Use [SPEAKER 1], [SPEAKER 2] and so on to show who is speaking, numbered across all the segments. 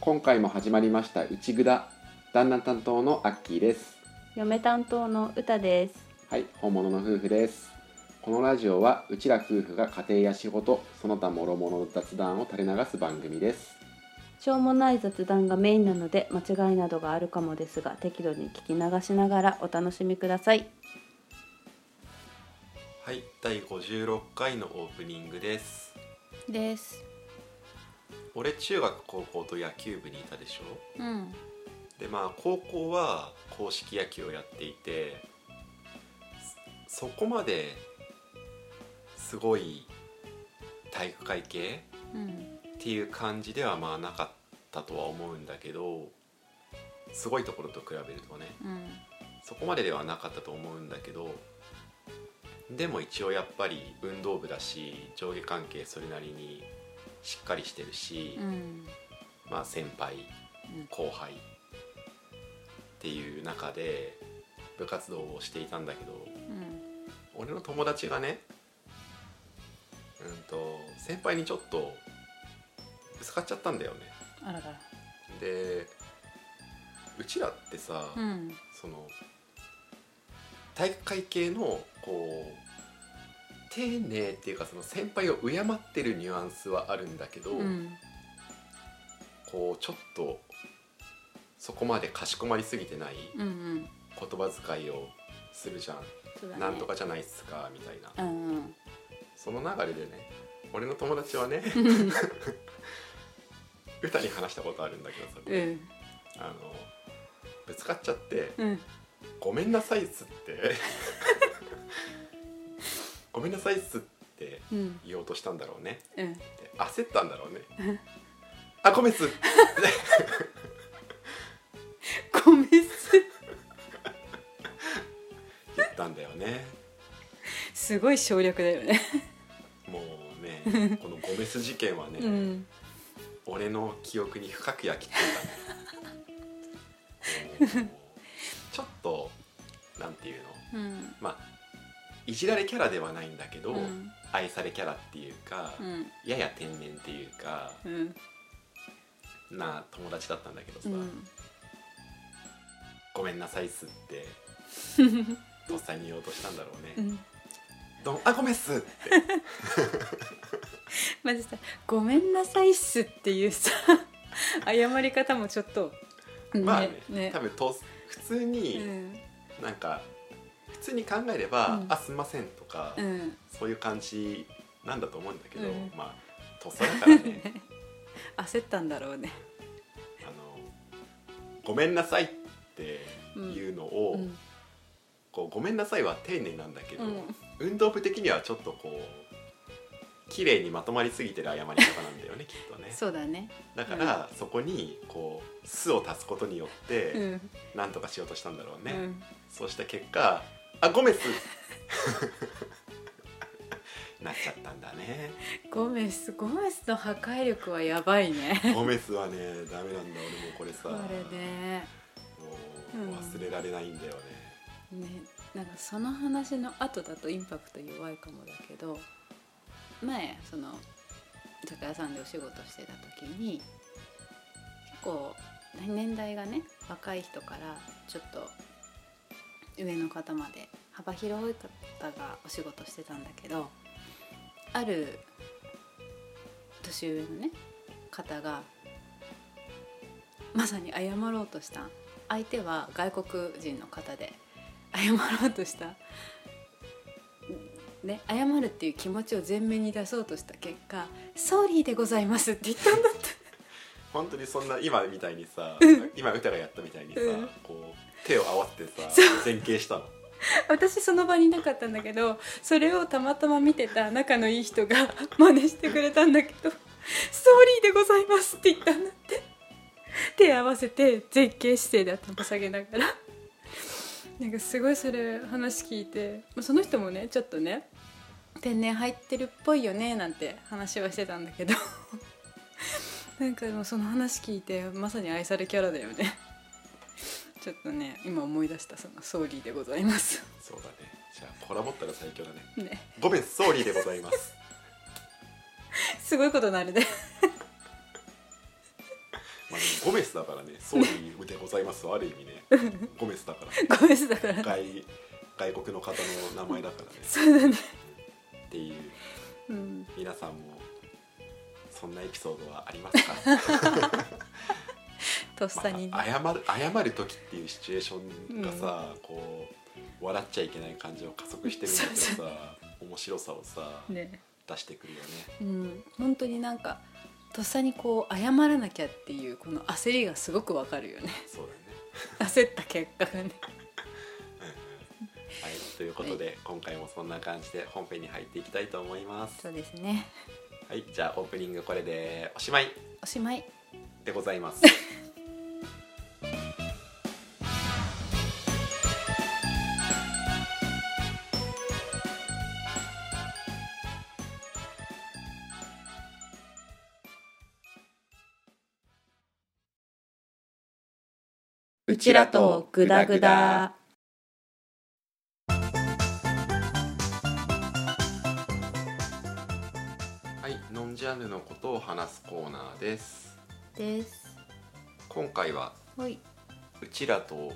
[SPEAKER 1] 今回も始まりました「うちぐだ」旦那担当のアッキーです
[SPEAKER 2] 嫁担当の歌です
[SPEAKER 1] はい本物の夫婦ですこのラジオはうちら夫婦が家庭や仕事その他諸々の雑談を垂れ流す番組です
[SPEAKER 2] しょうもない雑談がメインなので間違いなどがあるかもですが適度に聞き流しながらお楽しみください
[SPEAKER 3] はい、第56回のオープニングです
[SPEAKER 2] です
[SPEAKER 3] 俺中学高校と野球部にいたでしょ
[SPEAKER 2] うん
[SPEAKER 3] でまあ高校は硬式野球をやっていてそそこまですごい体育会系
[SPEAKER 2] うん
[SPEAKER 3] っていう感じではまあなかったとは思うんだけどすごいところと比べるとね
[SPEAKER 2] うん
[SPEAKER 3] そこまでではなかったと思うんだけどでも一応やっぱり運動部だし上下関係それなりにしっかりしてるし、
[SPEAKER 2] ん
[SPEAKER 3] まあ先輩
[SPEAKER 2] うん
[SPEAKER 3] 後輩っていう中で部活動をしていたんだけど俺の友達がねうんと先輩にちょっとぶつかっちゃったんだよね。
[SPEAKER 2] あらら
[SPEAKER 3] でうちらってさ、
[SPEAKER 2] ん
[SPEAKER 3] その体育会系のこう丁寧っていうかその先輩を敬ってるニュアンスはあるんだけど、こうちょっとそこまでかしこまりすぎてない
[SPEAKER 2] うんうん
[SPEAKER 3] 言葉遣いをするじゃん、
[SPEAKER 2] そうだ
[SPEAKER 3] なんとかじゃないっすかみたいな
[SPEAKER 2] うんうん
[SPEAKER 3] その流れでね俺の友達はね歌に話したことあるんだけどさ、
[SPEAKER 2] うん
[SPEAKER 3] あのぶつかっちゃって
[SPEAKER 2] うん
[SPEAKER 3] ごめんなさいっすって ごめんなさいっすって
[SPEAKER 2] うん
[SPEAKER 3] 言おうとしたんだろうね
[SPEAKER 2] うん
[SPEAKER 3] って焦ったんだろうねあごめんっす
[SPEAKER 2] ごめんす
[SPEAKER 3] 言ったんだよね
[SPEAKER 2] すごい省略だよね
[SPEAKER 3] もうねこのゴメス事件はね、
[SPEAKER 2] うん
[SPEAKER 3] 俺の記憶に深く焼き付いたねもうちょっとなんていう
[SPEAKER 2] う
[SPEAKER 3] の
[SPEAKER 2] ん
[SPEAKER 3] まあいじられキャラではないんだけど、
[SPEAKER 2] うん
[SPEAKER 3] 愛されキャラっていうか、
[SPEAKER 2] うん
[SPEAKER 3] やや天然っていうか
[SPEAKER 2] うん
[SPEAKER 3] な友達だったんだけどさ、
[SPEAKER 2] うん
[SPEAKER 3] ごめんなさいっすって とっさに言おうとしたんだろうね、
[SPEAKER 2] うん
[SPEAKER 3] どんあごめんっすって
[SPEAKER 2] まずさ「ごめんなさいっす」っていうさ謝り方もちょっとね
[SPEAKER 3] まあね多分と普通
[SPEAKER 2] う
[SPEAKER 3] に
[SPEAKER 2] ん
[SPEAKER 3] なんか、普通に考えれば「
[SPEAKER 2] うん
[SPEAKER 3] あすいません」とか、
[SPEAKER 2] うん
[SPEAKER 3] そういう感じなんだと思うんだけど、
[SPEAKER 2] うん
[SPEAKER 3] まあとっさだから ね
[SPEAKER 2] 焦ったんだろうね
[SPEAKER 3] あの「ごめんなさい」っていうのを、
[SPEAKER 2] うん
[SPEAKER 3] こう「ごめんなさい」は丁寧なんだけど、
[SPEAKER 2] うん
[SPEAKER 3] 運動部的にはちょっとこう綺麗にまとまりすぎてる謝り方なんだよねきっとね。
[SPEAKER 2] そうだね
[SPEAKER 3] だから、そこにこう「す」を足すことによっ
[SPEAKER 2] う
[SPEAKER 3] て
[SPEAKER 2] ん
[SPEAKER 3] 何とかしようとしたんだろう
[SPEAKER 2] う
[SPEAKER 3] ね。
[SPEAKER 2] ん
[SPEAKER 3] そうした結果「あごめんっす」 なっちゃったんだね。
[SPEAKER 2] ゴメスゴメスの破壊力はやばいね
[SPEAKER 3] ゴメスはねダメなんだ俺もこれさ
[SPEAKER 2] これね
[SPEAKER 3] も
[SPEAKER 2] う
[SPEAKER 3] う
[SPEAKER 2] ん
[SPEAKER 3] 忘れられないんだよね、
[SPEAKER 2] ねなんかその話の後だとインパクト弱いかもだけど前その酒屋さんでお仕事してた時に結構年代がね若い人からちょっと上の方まで幅広い方がお仕事してたんだけどある年上のね方がまさに謝ろうとした相手は外国人の方で謝ろうとした、ね、謝るっていう気持ちを前面に出そうとした結果「ソーリーでございます」って言ったんだって
[SPEAKER 3] 本当にそんな今みたいにさ今歌がやったみたいにさ、
[SPEAKER 2] うん
[SPEAKER 3] こう手を合わせてさ前傾したの
[SPEAKER 2] 私その場にいなかった んだけどそれをたまたま見てた仲のいい人が真似してくれたんだけどストーリーでございます」って言ったんだって手合わせて絶景姿勢で頭下げながらなんかすごいそれ話聞いてまあその人もねちょっとね天然入ってるっぽいよねなんて話はしてたんだけど なんかでもその話聞いてまさに愛されキャラだよねちょっとね今思い出したそのソーリーでございます
[SPEAKER 3] そうだねじゃあコラボったら最強だね
[SPEAKER 2] ね
[SPEAKER 3] ごめんソーリーでございます
[SPEAKER 2] すごいことになるね
[SPEAKER 3] まあでもゴメスだからねソーリーでございますはある意味ねゴメスだから
[SPEAKER 2] ごめんなさいだから
[SPEAKER 3] 外外国の方の名前だからね
[SPEAKER 2] そうだね
[SPEAKER 3] っていう
[SPEAKER 2] うん
[SPEAKER 3] 皆さんもそんなエピソードはありますか
[SPEAKER 2] とっさにね
[SPEAKER 3] まあ謝る謝る時っていうシチュエーションがさ、こう笑っちゃいけない感じを加速してるんだ
[SPEAKER 2] そう
[SPEAKER 3] けどさ面白さをさ、
[SPEAKER 2] ね
[SPEAKER 3] 出してくるよね
[SPEAKER 2] うん本当になんかとっさにこう謝らなきゃっていうこの焦りがすごくわかるよね
[SPEAKER 3] そうだね
[SPEAKER 2] 焦った結果がね
[SPEAKER 3] はい、ということで、今回もそんな感じで本編に入っていきたいと思います。
[SPEAKER 2] そうですね
[SPEAKER 3] はい、じゃあオープニングこれでおしまい
[SPEAKER 2] おしまい
[SPEAKER 3] でございます。
[SPEAKER 2] う
[SPEAKER 1] ちらとグダグダ
[SPEAKER 3] はい、ノンジャンルのことを話すコーナーです。
[SPEAKER 2] です
[SPEAKER 3] 今回は
[SPEAKER 2] ほい
[SPEAKER 3] うちらと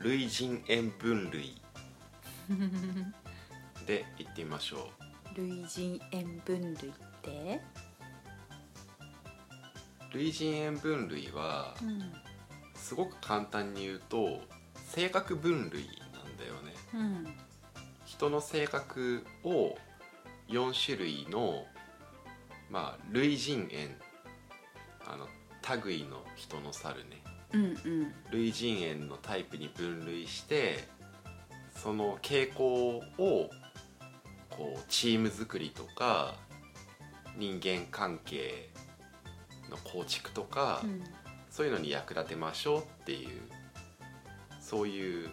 [SPEAKER 3] 類人猿分類で行ってみましょ
[SPEAKER 2] 類人猿分類って
[SPEAKER 3] う。類人猿分類は
[SPEAKER 2] うん
[SPEAKER 3] すごく簡単に言うと性格分類なんだよね。
[SPEAKER 2] うん
[SPEAKER 3] 人の性格を4種類のまあ類人猿あの類の人の猿ね
[SPEAKER 2] うんうん
[SPEAKER 3] 類人猿のタイプに分類してその傾向をこうチーム作りとか人間関係の構築とか、そういうのに役立てましょうっていうそういう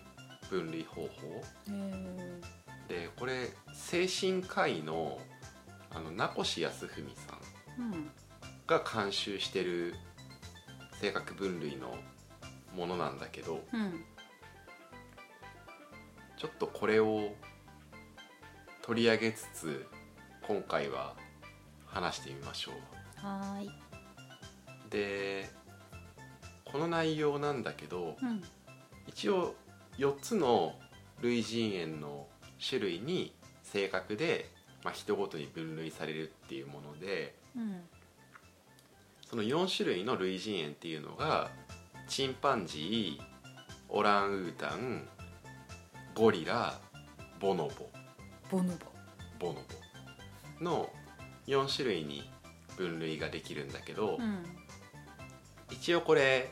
[SPEAKER 3] 分類方法
[SPEAKER 2] うん
[SPEAKER 3] でこれ精神科医のあの名越康文さん
[SPEAKER 2] うん
[SPEAKER 3] が監修してる性格分類のものなんだけど
[SPEAKER 2] うん
[SPEAKER 3] ちょっとこれを取り上げつつ今回は話してみましょう
[SPEAKER 2] はーい
[SPEAKER 3] でこの内容なんだけど
[SPEAKER 2] うん
[SPEAKER 3] 一応4つの類人猿の種類に性格で、まあ、人ごとに分類されるっていうもので
[SPEAKER 2] うん
[SPEAKER 3] その4種類の類人猿っていうのがチンパンジーオランウータンゴリラボノボ
[SPEAKER 2] ボノボ
[SPEAKER 3] ボノボの4種類に分類ができるんだけど、
[SPEAKER 2] ん
[SPEAKER 3] 一応これ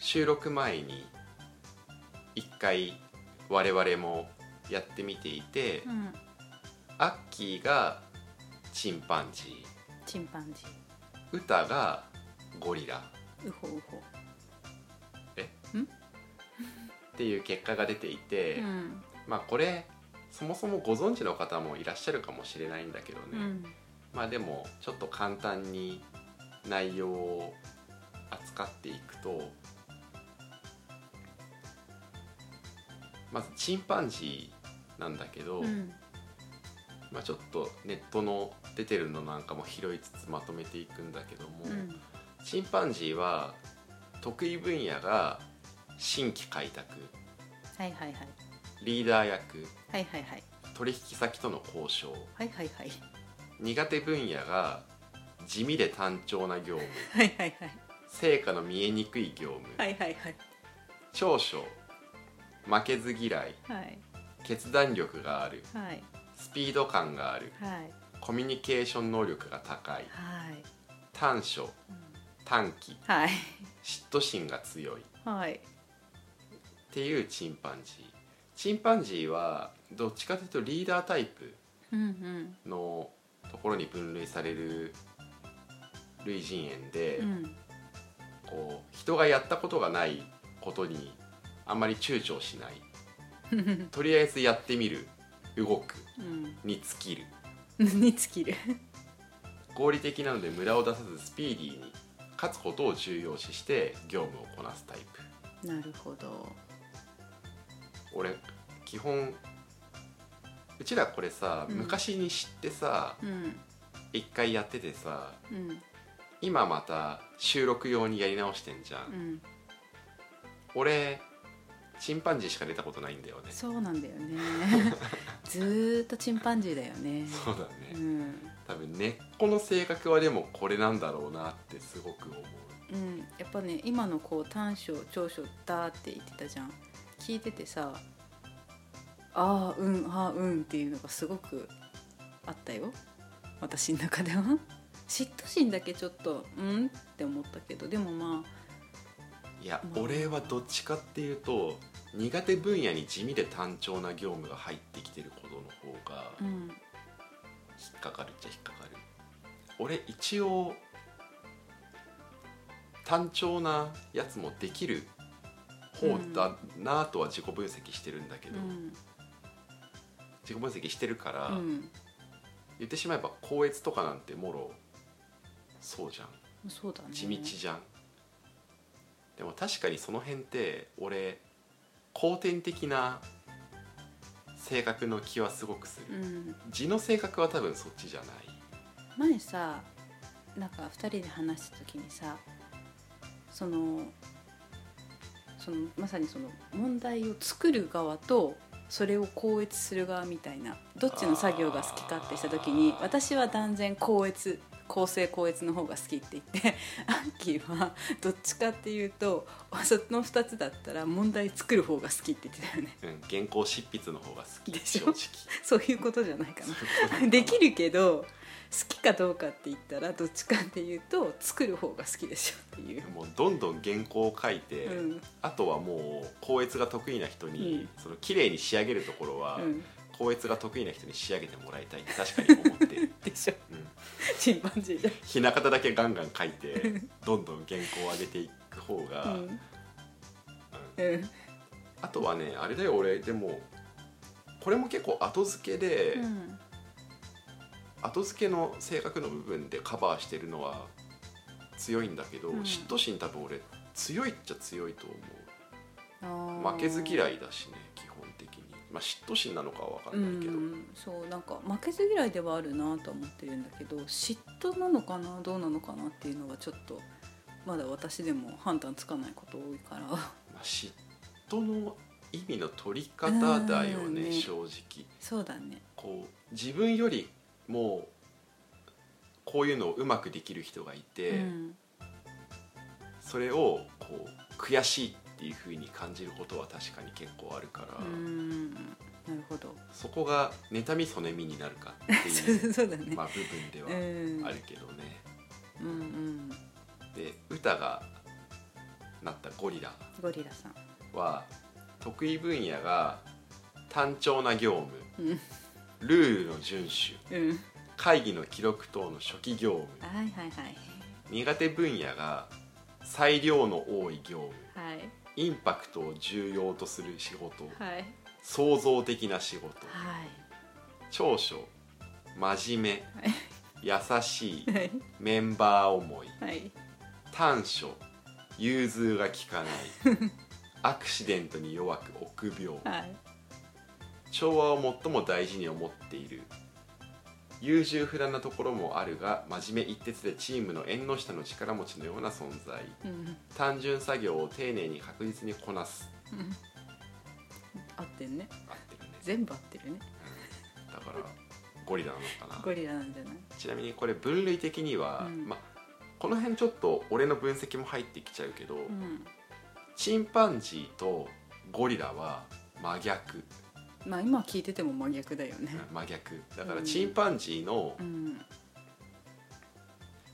[SPEAKER 3] 収録前に一回我々もやってみていて、
[SPEAKER 2] うん
[SPEAKER 3] アッキーがチンパンジ
[SPEAKER 2] チンパンジ
[SPEAKER 3] ーウタがゴリラ
[SPEAKER 2] ーウホウホ
[SPEAKER 3] っていう結果が出ていて、
[SPEAKER 2] うん
[SPEAKER 3] まあこれそもそもご存知の方もいらっしゃるかもしれないんだけどね、
[SPEAKER 2] うん
[SPEAKER 3] まあでもちょっと簡単に内容を扱っていくとまずチンパンジーなんだけど、
[SPEAKER 2] うん
[SPEAKER 3] まあ、ちょっとネットの出てるのなんかも拾いつつまとめていくんだけども、
[SPEAKER 2] うん
[SPEAKER 3] チンパンジーは得意分野が新規開拓
[SPEAKER 2] はいはいはい
[SPEAKER 3] リーダー役
[SPEAKER 2] はいはいはい
[SPEAKER 3] 取引先との交渉
[SPEAKER 2] はいはいはい
[SPEAKER 3] 苦手分野が地味で単調な業務
[SPEAKER 2] はいはいはい
[SPEAKER 3] 成果の見えにくい業務、
[SPEAKER 2] はいはいはい
[SPEAKER 3] 長所負けず嫌い
[SPEAKER 2] はい
[SPEAKER 3] 決断力がある
[SPEAKER 2] はい
[SPEAKER 3] スピード感がある
[SPEAKER 2] はい
[SPEAKER 3] コミュニケーション能力が高い
[SPEAKER 2] はい
[SPEAKER 3] 短所短期
[SPEAKER 2] はい
[SPEAKER 3] 嫉妬心が強いっ
[SPEAKER 2] はい
[SPEAKER 3] ていうチンパンジーチンパンジーはどっちかというとリーダータイプ
[SPEAKER 2] うんうん
[SPEAKER 3] のところに分類される類人猿で、
[SPEAKER 2] うん
[SPEAKER 3] こう人がやったことがないことにあんまり躊躇しない
[SPEAKER 2] うん
[SPEAKER 3] とりあえずやってみる動く
[SPEAKER 2] うん
[SPEAKER 3] に尽きる
[SPEAKER 2] に尽きる
[SPEAKER 3] 合理的なので無駄を出さずスピーディーにかつことを重要視して業務をこなすタイプ
[SPEAKER 2] なるほど
[SPEAKER 3] 俺基本うちらこれさ、
[SPEAKER 2] うん
[SPEAKER 3] 昔に知ってさ
[SPEAKER 2] うん
[SPEAKER 3] 一回やっててさ
[SPEAKER 2] うん
[SPEAKER 3] 今また収録用にやり直してんじゃん、
[SPEAKER 2] うん
[SPEAKER 3] 俺チンパンジーしか出たことないんだよね
[SPEAKER 2] そうなんだよね ずーっとチンパンジーだよね
[SPEAKER 3] そうだ
[SPEAKER 2] う
[SPEAKER 3] ね
[SPEAKER 2] ん、
[SPEAKER 3] 多分根っこの性格はでもこれなんだろうなってすごく思う
[SPEAKER 2] うん、やっぱね今のこう短所長所だって言ってたじゃん聞いててさああうんああうんっていうのがすごくあったよ私の中では嫉妬心だけちょっとうんって思ったけどでもまあ
[SPEAKER 3] いや、
[SPEAKER 2] まあ
[SPEAKER 3] 俺はどっちかっていうと苦手分野に地味で単調な業務が入ってきてることの方が
[SPEAKER 2] うん
[SPEAKER 3] 引っかかるっちゃ引っかかる俺一応単調なやつもできる方だなとは自己分析してるんだけ
[SPEAKER 2] う
[SPEAKER 3] ど、
[SPEAKER 2] ん
[SPEAKER 3] 自己分析してるから、
[SPEAKER 2] うん
[SPEAKER 3] 言ってしまえば高越とかなんてもろそうじゃん
[SPEAKER 2] そうだね
[SPEAKER 3] 地道じゃん、でも確かにその辺って俺後天的な性格の気はすごくす
[SPEAKER 2] う
[SPEAKER 3] る、
[SPEAKER 2] ん
[SPEAKER 3] 字の性格は多分そっちじゃない
[SPEAKER 2] 前さなんか2人で話した時にさそのそのまさにその問題を作る側とそれを校閲する側みたいなどっちの作業が好きかってした時に
[SPEAKER 3] あー
[SPEAKER 2] 私は断然校閲構成校閲の方が好きって言って アンキーはどっちかっていうとその2つだったら問題作る方が好きって言ってたよね
[SPEAKER 3] うん、原稿執筆の方が好き
[SPEAKER 2] でしょ
[SPEAKER 3] 正直
[SPEAKER 2] そういうことじゃないかな
[SPEAKER 3] そう
[SPEAKER 2] できるけど好きかどうかって言ったらどっちかっていうと作る方が好きでしょっていう、
[SPEAKER 3] もうどんどん原稿を書いて、
[SPEAKER 2] うん
[SPEAKER 3] あとはもう校閲が得意な人に、その綺麗に仕上げるところは、
[SPEAKER 2] うん、
[SPEAKER 3] 校閲が得意な人に仕上げてもらいたいって確かに思って る、
[SPEAKER 2] でしょ
[SPEAKER 3] うん、
[SPEAKER 2] チンパンジーじ
[SPEAKER 3] ひな形だけガンガン書いて どんどん原稿を上げていく方が、
[SPEAKER 2] ゃん、
[SPEAKER 3] うん
[SPEAKER 2] うんうん
[SPEAKER 3] あとはねあれだよ俺でもこれも結構後付けで、
[SPEAKER 2] うん
[SPEAKER 3] 後付けの性格の部分でカバーしてるのは強いんだけど、
[SPEAKER 2] うん
[SPEAKER 3] 嫉妬心多分俺強いっちゃ強いと思
[SPEAKER 2] あー
[SPEAKER 3] う負けず嫌いだしね基本的にまあ嫉妬心なのかは分か
[SPEAKER 2] うん
[SPEAKER 3] ないけど、
[SPEAKER 2] ん、そうなんか負けず嫌いではあるなとは思ってるんだけど嫉妬なのかなどうなのかなっていうのはちょっとまだ私でも判断つかないこと多いから
[SPEAKER 3] まあ、嫉妬の意味の取り方だよ
[SPEAKER 2] う
[SPEAKER 3] ね
[SPEAKER 2] ん
[SPEAKER 3] 正直
[SPEAKER 2] そうだね
[SPEAKER 3] こう自分よりもこういうのをうまくできる人がいて、
[SPEAKER 2] うん
[SPEAKER 3] それをこう悔しいっていうふうに感じることは確かに結構あるから、
[SPEAKER 2] うんなるほど
[SPEAKER 3] そこが妬みそねみになるかってい う
[SPEAKER 2] そうだね、
[SPEAKER 3] まあ部分で
[SPEAKER 2] う
[SPEAKER 3] は
[SPEAKER 2] ん
[SPEAKER 3] あるけどね。
[SPEAKER 2] うんうん
[SPEAKER 3] で歌がなったゴリラ
[SPEAKER 2] ゴリラさん
[SPEAKER 3] は得意分野が単調な業務、
[SPEAKER 2] うん
[SPEAKER 3] ルールの遵守
[SPEAKER 2] うん
[SPEAKER 3] 会議の記録等の初期業務
[SPEAKER 2] はいはいはい
[SPEAKER 3] 苦手分野が裁量の多い業務
[SPEAKER 2] はい
[SPEAKER 3] インパクトを重要とする仕事
[SPEAKER 2] はい
[SPEAKER 3] 創造的な仕事
[SPEAKER 2] は
[SPEAKER 3] 長所真面
[SPEAKER 2] い
[SPEAKER 3] 目優しい
[SPEAKER 2] い
[SPEAKER 3] メンバー思い
[SPEAKER 2] はい
[SPEAKER 3] 短所融通が利かない アクシデントに弱く臆病
[SPEAKER 2] はい
[SPEAKER 3] 調和を最も大事に思っている優柔不断なところもあるが真面目一徹でチームの縁の下の力持ちのような存在
[SPEAKER 2] うん
[SPEAKER 3] 単純作業を丁寧に確実にこなす
[SPEAKER 2] 合ってるね
[SPEAKER 3] 合ってるね
[SPEAKER 2] 全部合ってるね
[SPEAKER 3] だからゴリラなのかな
[SPEAKER 2] ゴリラなんじゃない
[SPEAKER 3] ちなみにこれ分類的には、
[SPEAKER 2] うん
[SPEAKER 3] ま、この辺ちょっと俺の分析も入ってきちゃうけど、
[SPEAKER 2] うん
[SPEAKER 3] チンパンジーとゴリラは真逆
[SPEAKER 2] まあ今聞いてても真逆だよね
[SPEAKER 3] 真逆だから
[SPEAKER 2] うん
[SPEAKER 3] チンパンジーの、
[SPEAKER 2] うん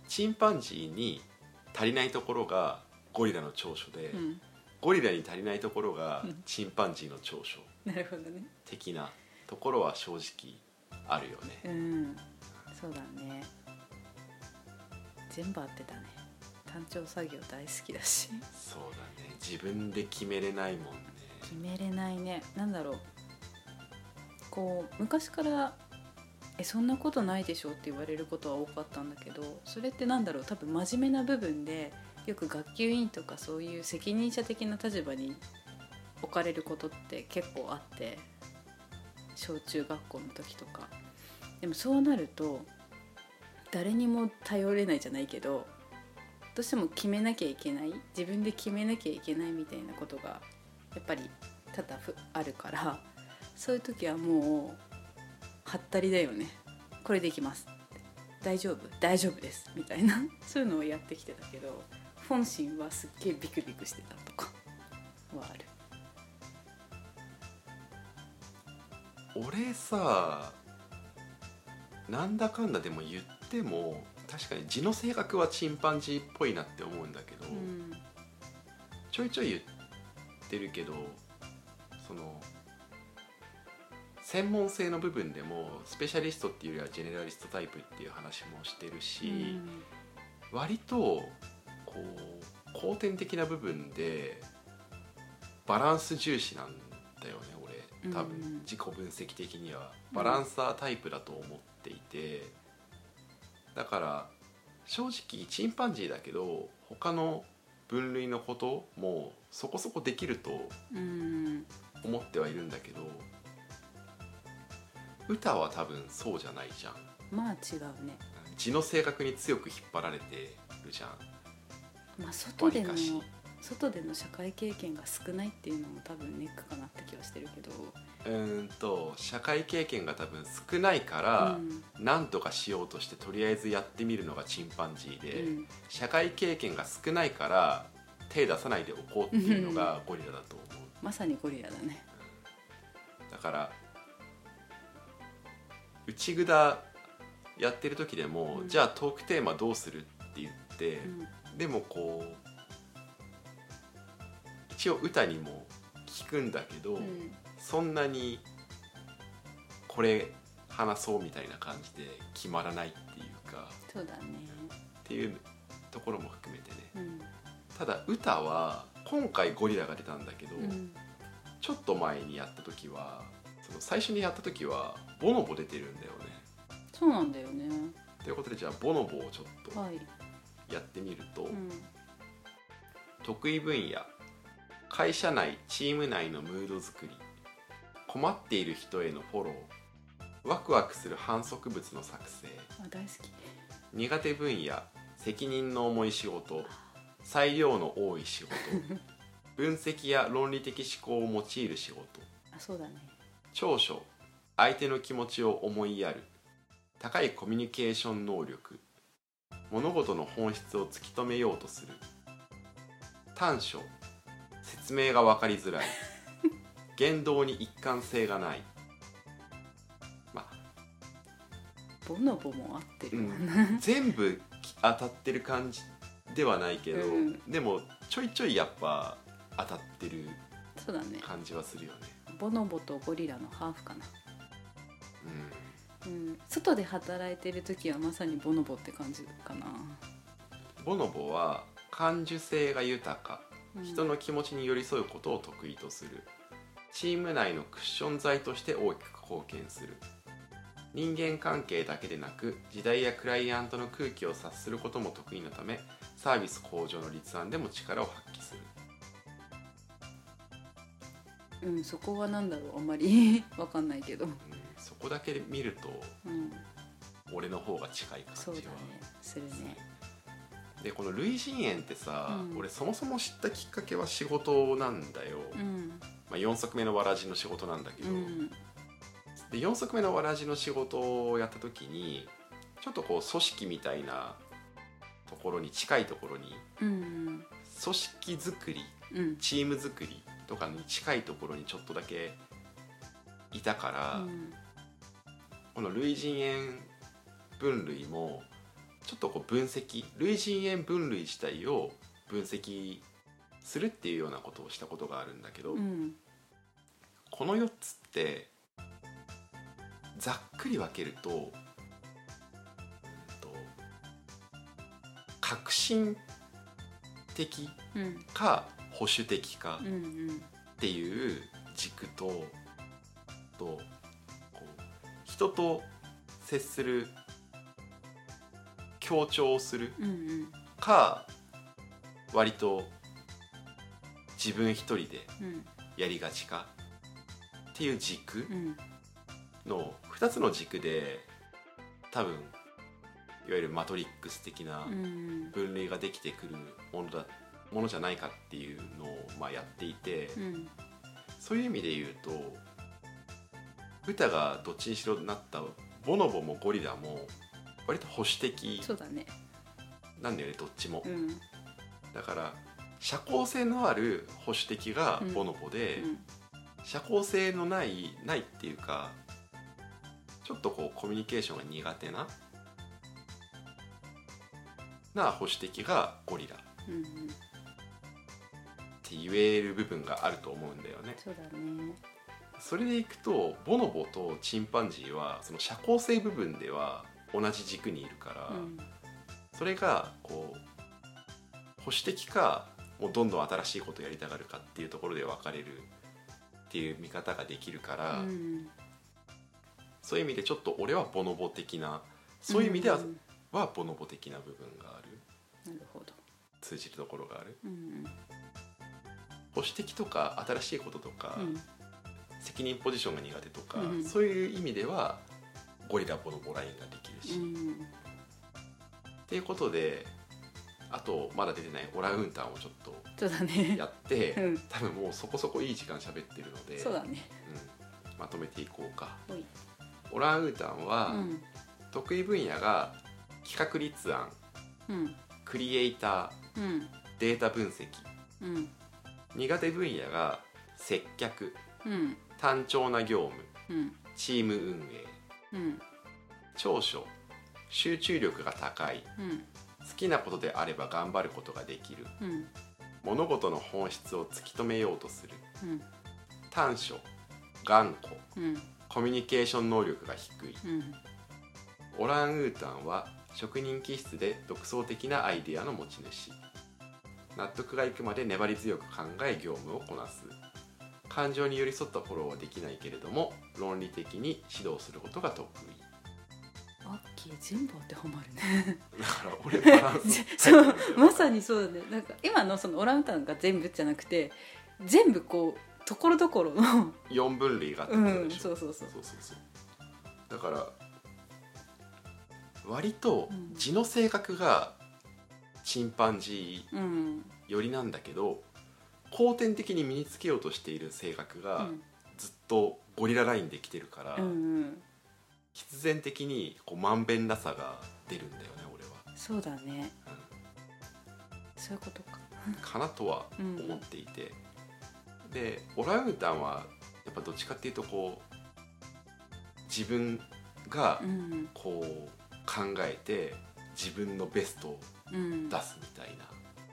[SPEAKER 3] チンパンジーに足りないところがゴリラの長所で、
[SPEAKER 2] うん
[SPEAKER 3] ゴリラに足りないところが
[SPEAKER 2] うん
[SPEAKER 3] チンパンジーの長所
[SPEAKER 2] なるほどね
[SPEAKER 3] 的なところは正直あるよね
[SPEAKER 2] う、んそうだね全部合ってたね単調作業大好きだし
[SPEAKER 3] そうだね自分で決めれないもんね
[SPEAKER 2] 決めれないねなんだろうこう昔から「えそんなことないでしょ」って言われることは多かったんだけどそれってなんだろう多分真面目な部分でよく学級委員とかそういう責任者的な立場に置かれることって結構あって小中学校の時とかでもそうなると誰にも頼れないじゃないけどどうしても決めなきゃいけない自分で決めなきゃいけないみたいなことがやっぱり多々ふあるからそういう時はもうはったりだよねこれでいきます大丈夫大丈夫ですみたいな そういうのをやってきてたけど本心はすっげえビクビクしてたとかはある
[SPEAKER 3] 俺さなんだかんだでも言っても確かに字の性格はチンパンジーっぽいなって思うんだけど、
[SPEAKER 2] うん
[SPEAKER 3] ちょいちょい言ってるけどその専門性の部分でもスペシャリストっていうよりはジェネラリストタイプっていう話もしてるし、
[SPEAKER 2] うん
[SPEAKER 3] 割とこう後天的な部分でバランス重視なんだよね俺多
[SPEAKER 2] うんうん
[SPEAKER 3] 分自己分析的にはバランサータイプだと思っていてだから正直チンパンジーだけど他の分類のこともそこそこできると
[SPEAKER 2] うん
[SPEAKER 3] 思ってはいるんだけど歌は多分そうじゃないじゃん
[SPEAKER 2] まあ違うね
[SPEAKER 3] 字の性格に強く引っ張られてるじゃん
[SPEAKER 2] まあ外での
[SPEAKER 3] わりかし
[SPEAKER 2] 外での社会経験が少ないっていうのも多分ネックかなって気はしてるけど
[SPEAKER 3] うーんと社会経験が多分少ないから
[SPEAKER 2] う、ん
[SPEAKER 3] 何とかしようとしてとりあえずやってみるのがチンパンジーで、
[SPEAKER 2] うん
[SPEAKER 3] 社会経験が少ないから手出さないでおこうっていうのがゴリラだと思う、
[SPEAKER 2] まさにゴリラだね
[SPEAKER 3] だから内札やってる時でも、
[SPEAKER 2] うん
[SPEAKER 3] じゃあトークテーマどうするって言って、
[SPEAKER 2] うん
[SPEAKER 3] でもこう一応歌にも聞くんだけど、
[SPEAKER 2] うん
[SPEAKER 3] そんなにこれ話そうみたいな感じで決まらないっていうか
[SPEAKER 2] そうだね
[SPEAKER 3] っていうところも含めてね
[SPEAKER 2] うん
[SPEAKER 3] ただ歌は今回ゴリラが出たんだけど、
[SPEAKER 2] うん
[SPEAKER 3] ちょっと前にやった時はその最初にやった時はボノボ出てるんだよね。
[SPEAKER 2] そうなんだよね
[SPEAKER 3] ということでじゃあボノボをちょっと
[SPEAKER 2] はい
[SPEAKER 3] やってみると、
[SPEAKER 2] うん
[SPEAKER 3] 得意分野会社内チーム内のムード作り困っている人へのフォローワクワクする反則物の作成
[SPEAKER 2] あ大好き
[SPEAKER 3] 苦手分野責任の重い仕事裁量の多い仕事分析や論理的思考を用いる仕事
[SPEAKER 2] あそうだね
[SPEAKER 3] 長所相手の気持ちを思いやる高いコミュニケーション能力物事の本質を突き止めようとする短所説明が分かりづらい言動に一貫性がないまあ
[SPEAKER 2] ボノボも合ってるもんな、
[SPEAKER 3] 全部き当たってる感じではないけど、
[SPEAKER 2] うん
[SPEAKER 3] でもちょいちょいやっぱ当たってる
[SPEAKER 2] そうだね
[SPEAKER 3] 感じはするよね。
[SPEAKER 2] ボノボとゴリラのハーフかな、
[SPEAKER 3] うん
[SPEAKER 2] うん、外で働いてる時はまさにボノボって感じかな、
[SPEAKER 3] ボノボは感受性が豊か
[SPEAKER 2] うん、
[SPEAKER 3] 人の気持ちに寄り添うことを得意とするチーム内のクッション材として大きく貢献する人間関係だけでなく時代やクライアントの空気を察することも得意なためサービス向上の立案でも力を発揮する
[SPEAKER 2] うん、そこはなんだろうあんまり わかんないけど、
[SPEAKER 3] うんそこだけ見ると
[SPEAKER 2] うん、
[SPEAKER 3] 俺の方が近い感じ
[SPEAKER 2] そ
[SPEAKER 3] は
[SPEAKER 2] うだねするね
[SPEAKER 3] でこの類人猿ってさ、
[SPEAKER 2] うん
[SPEAKER 3] 俺そもそも知ったきっかけは仕事なんだよ、
[SPEAKER 2] うん
[SPEAKER 3] まあ、4足目のわらじの仕事なんだけ
[SPEAKER 2] う
[SPEAKER 3] ど、
[SPEAKER 2] ん
[SPEAKER 3] で4足目のわらじの仕事をやった時にちょっとこう組織みたいなところに近いところに
[SPEAKER 2] うん
[SPEAKER 3] 組織作り
[SPEAKER 2] うん
[SPEAKER 3] チーム作りとかに近いところにちょっとだけいたから、
[SPEAKER 2] うん
[SPEAKER 3] この類人猿分類もちょっとこう分析類人猿分類自体を分析するっていうようなことをしたことがあるんだけど、
[SPEAKER 2] うん
[SPEAKER 3] この4つってざっくり分けると,、うんと革新的
[SPEAKER 2] うん
[SPEAKER 3] か保守的か
[SPEAKER 2] うんうん
[SPEAKER 3] っていう軸ととこう人と接する協調をする
[SPEAKER 2] うんうん
[SPEAKER 3] か割と自分一人で
[SPEAKER 2] うん
[SPEAKER 3] やりがちかっていう軸
[SPEAKER 2] うん
[SPEAKER 3] の2つの軸で多分いわゆるマトリックス的な
[SPEAKER 2] うん
[SPEAKER 3] 分類ができてくるものだものじゃないかっていうのをまあやっていて。
[SPEAKER 2] うん
[SPEAKER 3] そういう意味で言うと歌がどっちにしろなったボノボもゴリラも割と保守的
[SPEAKER 2] そうだね
[SPEAKER 3] なんだよねどっちも
[SPEAKER 2] う、ん
[SPEAKER 3] だから社交性のある保守的がボノボ
[SPEAKER 2] う
[SPEAKER 3] で、
[SPEAKER 2] ん
[SPEAKER 3] 社交性のないないっていうかちょっとこうコミュニケーションが苦手なな保守的がゴリラっ
[SPEAKER 2] うんうん
[SPEAKER 3] て言える部分があると思うんだよね
[SPEAKER 2] そうだね
[SPEAKER 3] それでいくとボノボとチンパンジーはその社交性部分では同じ軸にいるから、
[SPEAKER 2] うん
[SPEAKER 3] それがこう保守的かもうどんどん新しいことをやりたがるかっていうところで分かれるっていう見方ができるから、
[SPEAKER 2] うん
[SPEAKER 3] そういう意味でちょっと俺はボノボ的なそういう意味では,、
[SPEAKER 2] ん
[SPEAKER 3] はボノボ的な部分がある
[SPEAKER 2] なるほど
[SPEAKER 3] 通じるところがある
[SPEAKER 2] うん
[SPEAKER 3] 保守的とか新しいこととか、
[SPEAKER 2] うん
[SPEAKER 3] 責任ポジションが苦手とか、
[SPEAKER 2] うん
[SPEAKER 3] そういう意味ではゴリラボノボラインができるし。
[SPEAKER 2] うん
[SPEAKER 3] っていうことであとまだ出てないオランウータンをちょっと
[SPEAKER 2] そうだね
[SPEAKER 3] やって、
[SPEAKER 2] うん
[SPEAKER 3] 多分もうそこそこいい時間喋ってるので
[SPEAKER 2] そうだね
[SPEAKER 3] うんまとめていこうか
[SPEAKER 2] ほい
[SPEAKER 3] オランウータンは、
[SPEAKER 2] うん
[SPEAKER 3] 得意分野が企画立案
[SPEAKER 2] うん
[SPEAKER 3] クリエイタ
[SPEAKER 2] うん
[SPEAKER 3] ーデータ分析
[SPEAKER 2] うん
[SPEAKER 3] 苦手分野が接客
[SPEAKER 2] うん
[SPEAKER 3] 単調な業務
[SPEAKER 2] うん
[SPEAKER 3] チーム運営
[SPEAKER 2] うん
[SPEAKER 3] 長所集中力が高い
[SPEAKER 2] うん
[SPEAKER 3] 好きなことであれば頑張ることができる
[SPEAKER 2] うん
[SPEAKER 3] 物事の本質を突き止めようとする
[SPEAKER 2] うん
[SPEAKER 3] 短所頑固
[SPEAKER 2] うん
[SPEAKER 3] コミュニケーション能力が低い
[SPEAKER 2] うん
[SPEAKER 3] オランウータンは職人気質で独創的なアイデアの持ち主納得がいくまで粘り強く考え業務をこなす感情に寄り添ったフォローはできないけれども論理的に指導することが得 意
[SPEAKER 2] アッキー全部当てはまるね
[SPEAKER 3] だから俺バランス
[SPEAKER 2] そ
[SPEAKER 3] 入
[SPEAKER 2] う
[SPEAKER 3] ってるんだよ
[SPEAKER 2] まさにそうだねなんか今のそのオランウータンが全部じゃなくて全部こうところどころの
[SPEAKER 3] 4分類があって
[SPEAKER 2] う
[SPEAKER 3] こと
[SPEAKER 2] ん
[SPEAKER 3] でしょ、
[SPEAKER 2] そうそうそう
[SPEAKER 3] そうそうそうだから割と
[SPEAKER 2] うん
[SPEAKER 3] 字の性格がチンパンジ
[SPEAKER 2] うん
[SPEAKER 3] ー寄りなんだけど後天的に身につけようとしている性格
[SPEAKER 2] う
[SPEAKER 3] が
[SPEAKER 2] ん
[SPEAKER 3] ずっとゴリララインで来てるから、
[SPEAKER 2] うんうん
[SPEAKER 3] 必然的にこうまんべんなさが出るんだよね俺
[SPEAKER 2] そうだね
[SPEAKER 3] は、
[SPEAKER 2] そういうことか
[SPEAKER 3] うんかなとは
[SPEAKER 2] うん
[SPEAKER 3] 思っていて、でオランウータンはやっぱどっちかっていうとこう自分が
[SPEAKER 2] うん
[SPEAKER 3] こう考えて自分のベストを
[SPEAKER 2] うん
[SPEAKER 3] 出すみたいな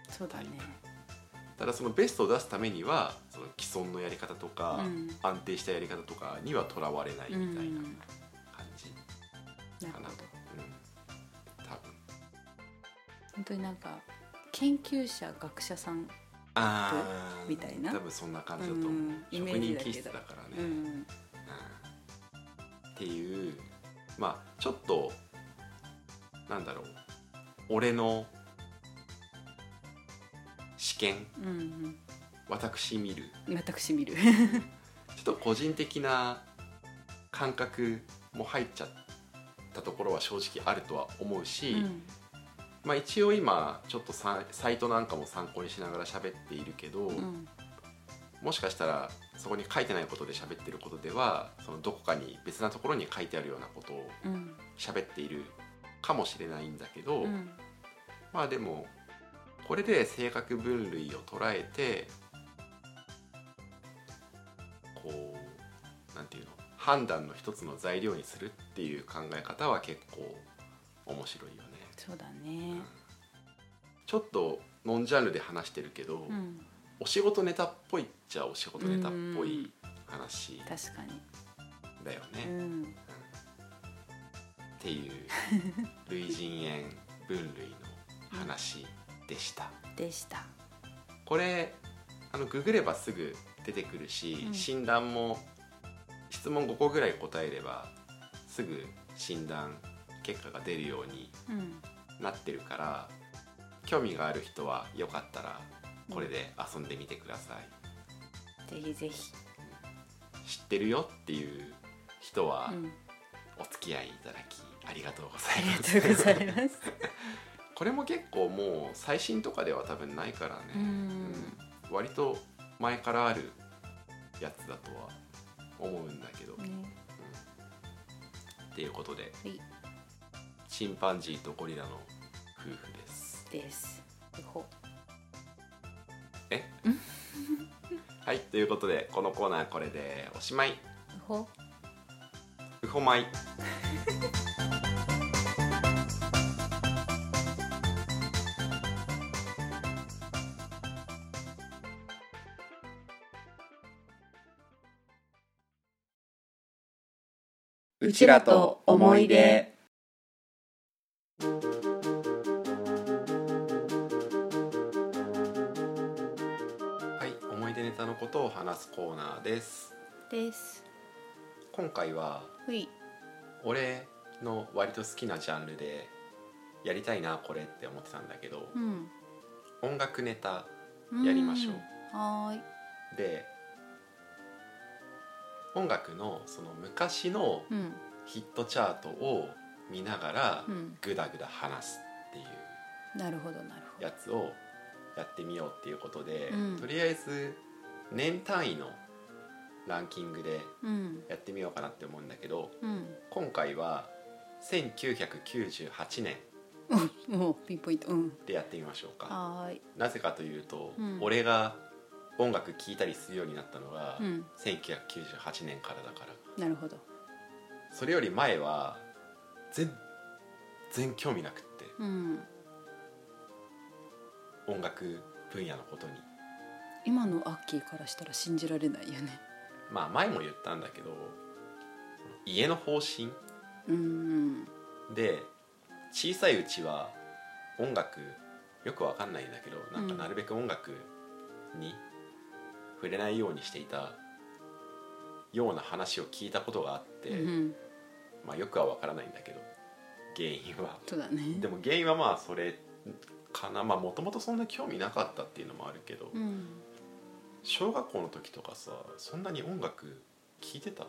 [SPEAKER 2] そうだね
[SPEAKER 3] ただそのベストを出すためにはその既存のやり方と
[SPEAKER 2] う
[SPEAKER 3] か、
[SPEAKER 2] ん
[SPEAKER 3] 安定したやり方とかにはとらわれないみ
[SPEAKER 2] う
[SPEAKER 3] たいなん感じ
[SPEAKER 2] なる
[SPEAKER 3] か
[SPEAKER 2] ほ
[SPEAKER 3] な、
[SPEAKER 2] ど
[SPEAKER 3] うん多分
[SPEAKER 2] 本当になんか研究者学者さん
[SPEAKER 3] あー
[SPEAKER 2] みたいな
[SPEAKER 3] 多分そんな感じだと思う、
[SPEAKER 2] うんイメ
[SPEAKER 3] 職
[SPEAKER 2] ージだけ
[SPEAKER 3] 人気
[SPEAKER 2] ど
[SPEAKER 3] 質だからね、
[SPEAKER 2] う
[SPEAKER 3] うん
[SPEAKER 2] ん
[SPEAKER 3] っていうまあちょっとなんだろう俺の試験
[SPEAKER 2] うん
[SPEAKER 3] 私見る
[SPEAKER 2] うん私見る
[SPEAKER 3] ちょっと個人的な感覚も入っちゃったところは正直あるとは思うし、
[SPEAKER 2] うん
[SPEAKER 3] まあ、一応今ちょっとさサイトなんかも参考にしながら喋っているけど、
[SPEAKER 2] うん
[SPEAKER 3] もしかしたらそこに書いてないことで喋ってることではそのどこかに別なところに書いてあるようなことを
[SPEAKER 2] うん
[SPEAKER 3] 喋っているかもしれないんだけど、
[SPEAKER 2] うん
[SPEAKER 3] まあでもこれで性格分類を捉えてこうなんていうの判断の一つの材料にするっていう考え方は結構面白いよね。
[SPEAKER 2] そうだね
[SPEAKER 3] ちょっとノンジャンルで話してるけど、
[SPEAKER 2] うん
[SPEAKER 3] お仕事ネタっぽいっちゃお仕事ネタっぽ
[SPEAKER 2] う
[SPEAKER 3] い
[SPEAKER 2] ん
[SPEAKER 3] 話
[SPEAKER 2] 確かに
[SPEAKER 3] だよ
[SPEAKER 2] う
[SPEAKER 3] ね。
[SPEAKER 2] ん
[SPEAKER 3] っていう類人猿分類の話でした、
[SPEAKER 2] でした
[SPEAKER 3] これあのググればすぐ出てくるし、
[SPEAKER 2] うん
[SPEAKER 3] 診断も質問5個ぐらい答えればすぐ診断結果が出るように
[SPEAKER 2] うん
[SPEAKER 3] なってるから興味がある人はよかったらこれで遊んでみてください、
[SPEAKER 2] ぜひぜひ、
[SPEAKER 3] 知ってるよっていう人は
[SPEAKER 2] うん、
[SPEAKER 3] お付き合いいただきありがとうござ
[SPEAKER 2] あ
[SPEAKER 3] います
[SPEAKER 2] りがとうございます
[SPEAKER 3] これも結構もう最新とかでは多分ないからね、
[SPEAKER 2] うん
[SPEAKER 3] うん割と前からあるやつだとは思うんだけど、
[SPEAKER 2] ね
[SPEAKER 3] っていうことで
[SPEAKER 2] はい
[SPEAKER 3] チンパンジーとゴリラの夫婦です
[SPEAKER 2] ですよほ
[SPEAKER 3] えはいということでこのコーナーこれでおしまい
[SPEAKER 2] よほ
[SPEAKER 3] うほまい
[SPEAKER 1] う
[SPEAKER 2] ちらと思い出
[SPEAKER 3] はい思い出ネタのことを話すコーナーです
[SPEAKER 2] です
[SPEAKER 3] 今回は
[SPEAKER 2] ふい
[SPEAKER 3] 俺の割と好きなジャンルでやりたいなこれって思ってたんだけど、
[SPEAKER 2] うん
[SPEAKER 3] 音楽ネタ
[SPEAKER 2] うん
[SPEAKER 3] やりましょう
[SPEAKER 2] はーい
[SPEAKER 3] で音楽のその昔の
[SPEAKER 2] うん
[SPEAKER 3] ヒットチャートを見ながら
[SPEAKER 2] うん
[SPEAKER 3] グダグダ話すっていう
[SPEAKER 2] なるほどなるほど
[SPEAKER 3] やつをやってみようっていうことで、
[SPEAKER 2] うん
[SPEAKER 3] とりあえず年単位のランキングで
[SPEAKER 2] うん
[SPEAKER 3] やってみようかなって思うんだけど
[SPEAKER 2] うん
[SPEAKER 3] 今回は1998年
[SPEAKER 2] もうピンポイントうん
[SPEAKER 3] でやってみましょうか。
[SPEAKER 2] はーい
[SPEAKER 3] なぜかというと、
[SPEAKER 2] うん
[SPEAKER 3] 俺が音楽聴いたりするようになったのが、
[SPEAKER 2] うん
[SPEAKER 3] 1998年からだから
[SPEAKER 2] なるほど
[SPEAKER 3] それより前は全然興味なくって
[SPEAKER 2] うん
[SPEAKER 3] 音楽分野のことに
[SPEAKER 2] 今のアッキーからしたら信じられないよね
[SPEAKER 3] まあ前も言ったんだけど家の方針
[SPEAKER 2] うん
[SPEAKER 3] で小さいうちは音楽よくわかんないんだけどなんか
[SPEAKER 2] うん
[SPEAKER 3] なるべく音楽に触れないようにしていたような話を聞いたことがあって、
[SPEAKER 2] うん
[SPEAKER 3] まあよくはわからないんだけど原因は
[SPEAKER 2] そうだね
[SPEAKER 3] でも原因はまあそれかなまあもともとそんな興味なかったっていうのもあるけど、
[SPEAKER 2] うん
[SPEAKER 3] 小学校の時とかさそんなに音楽聴いてた
[SPEAKER 2] う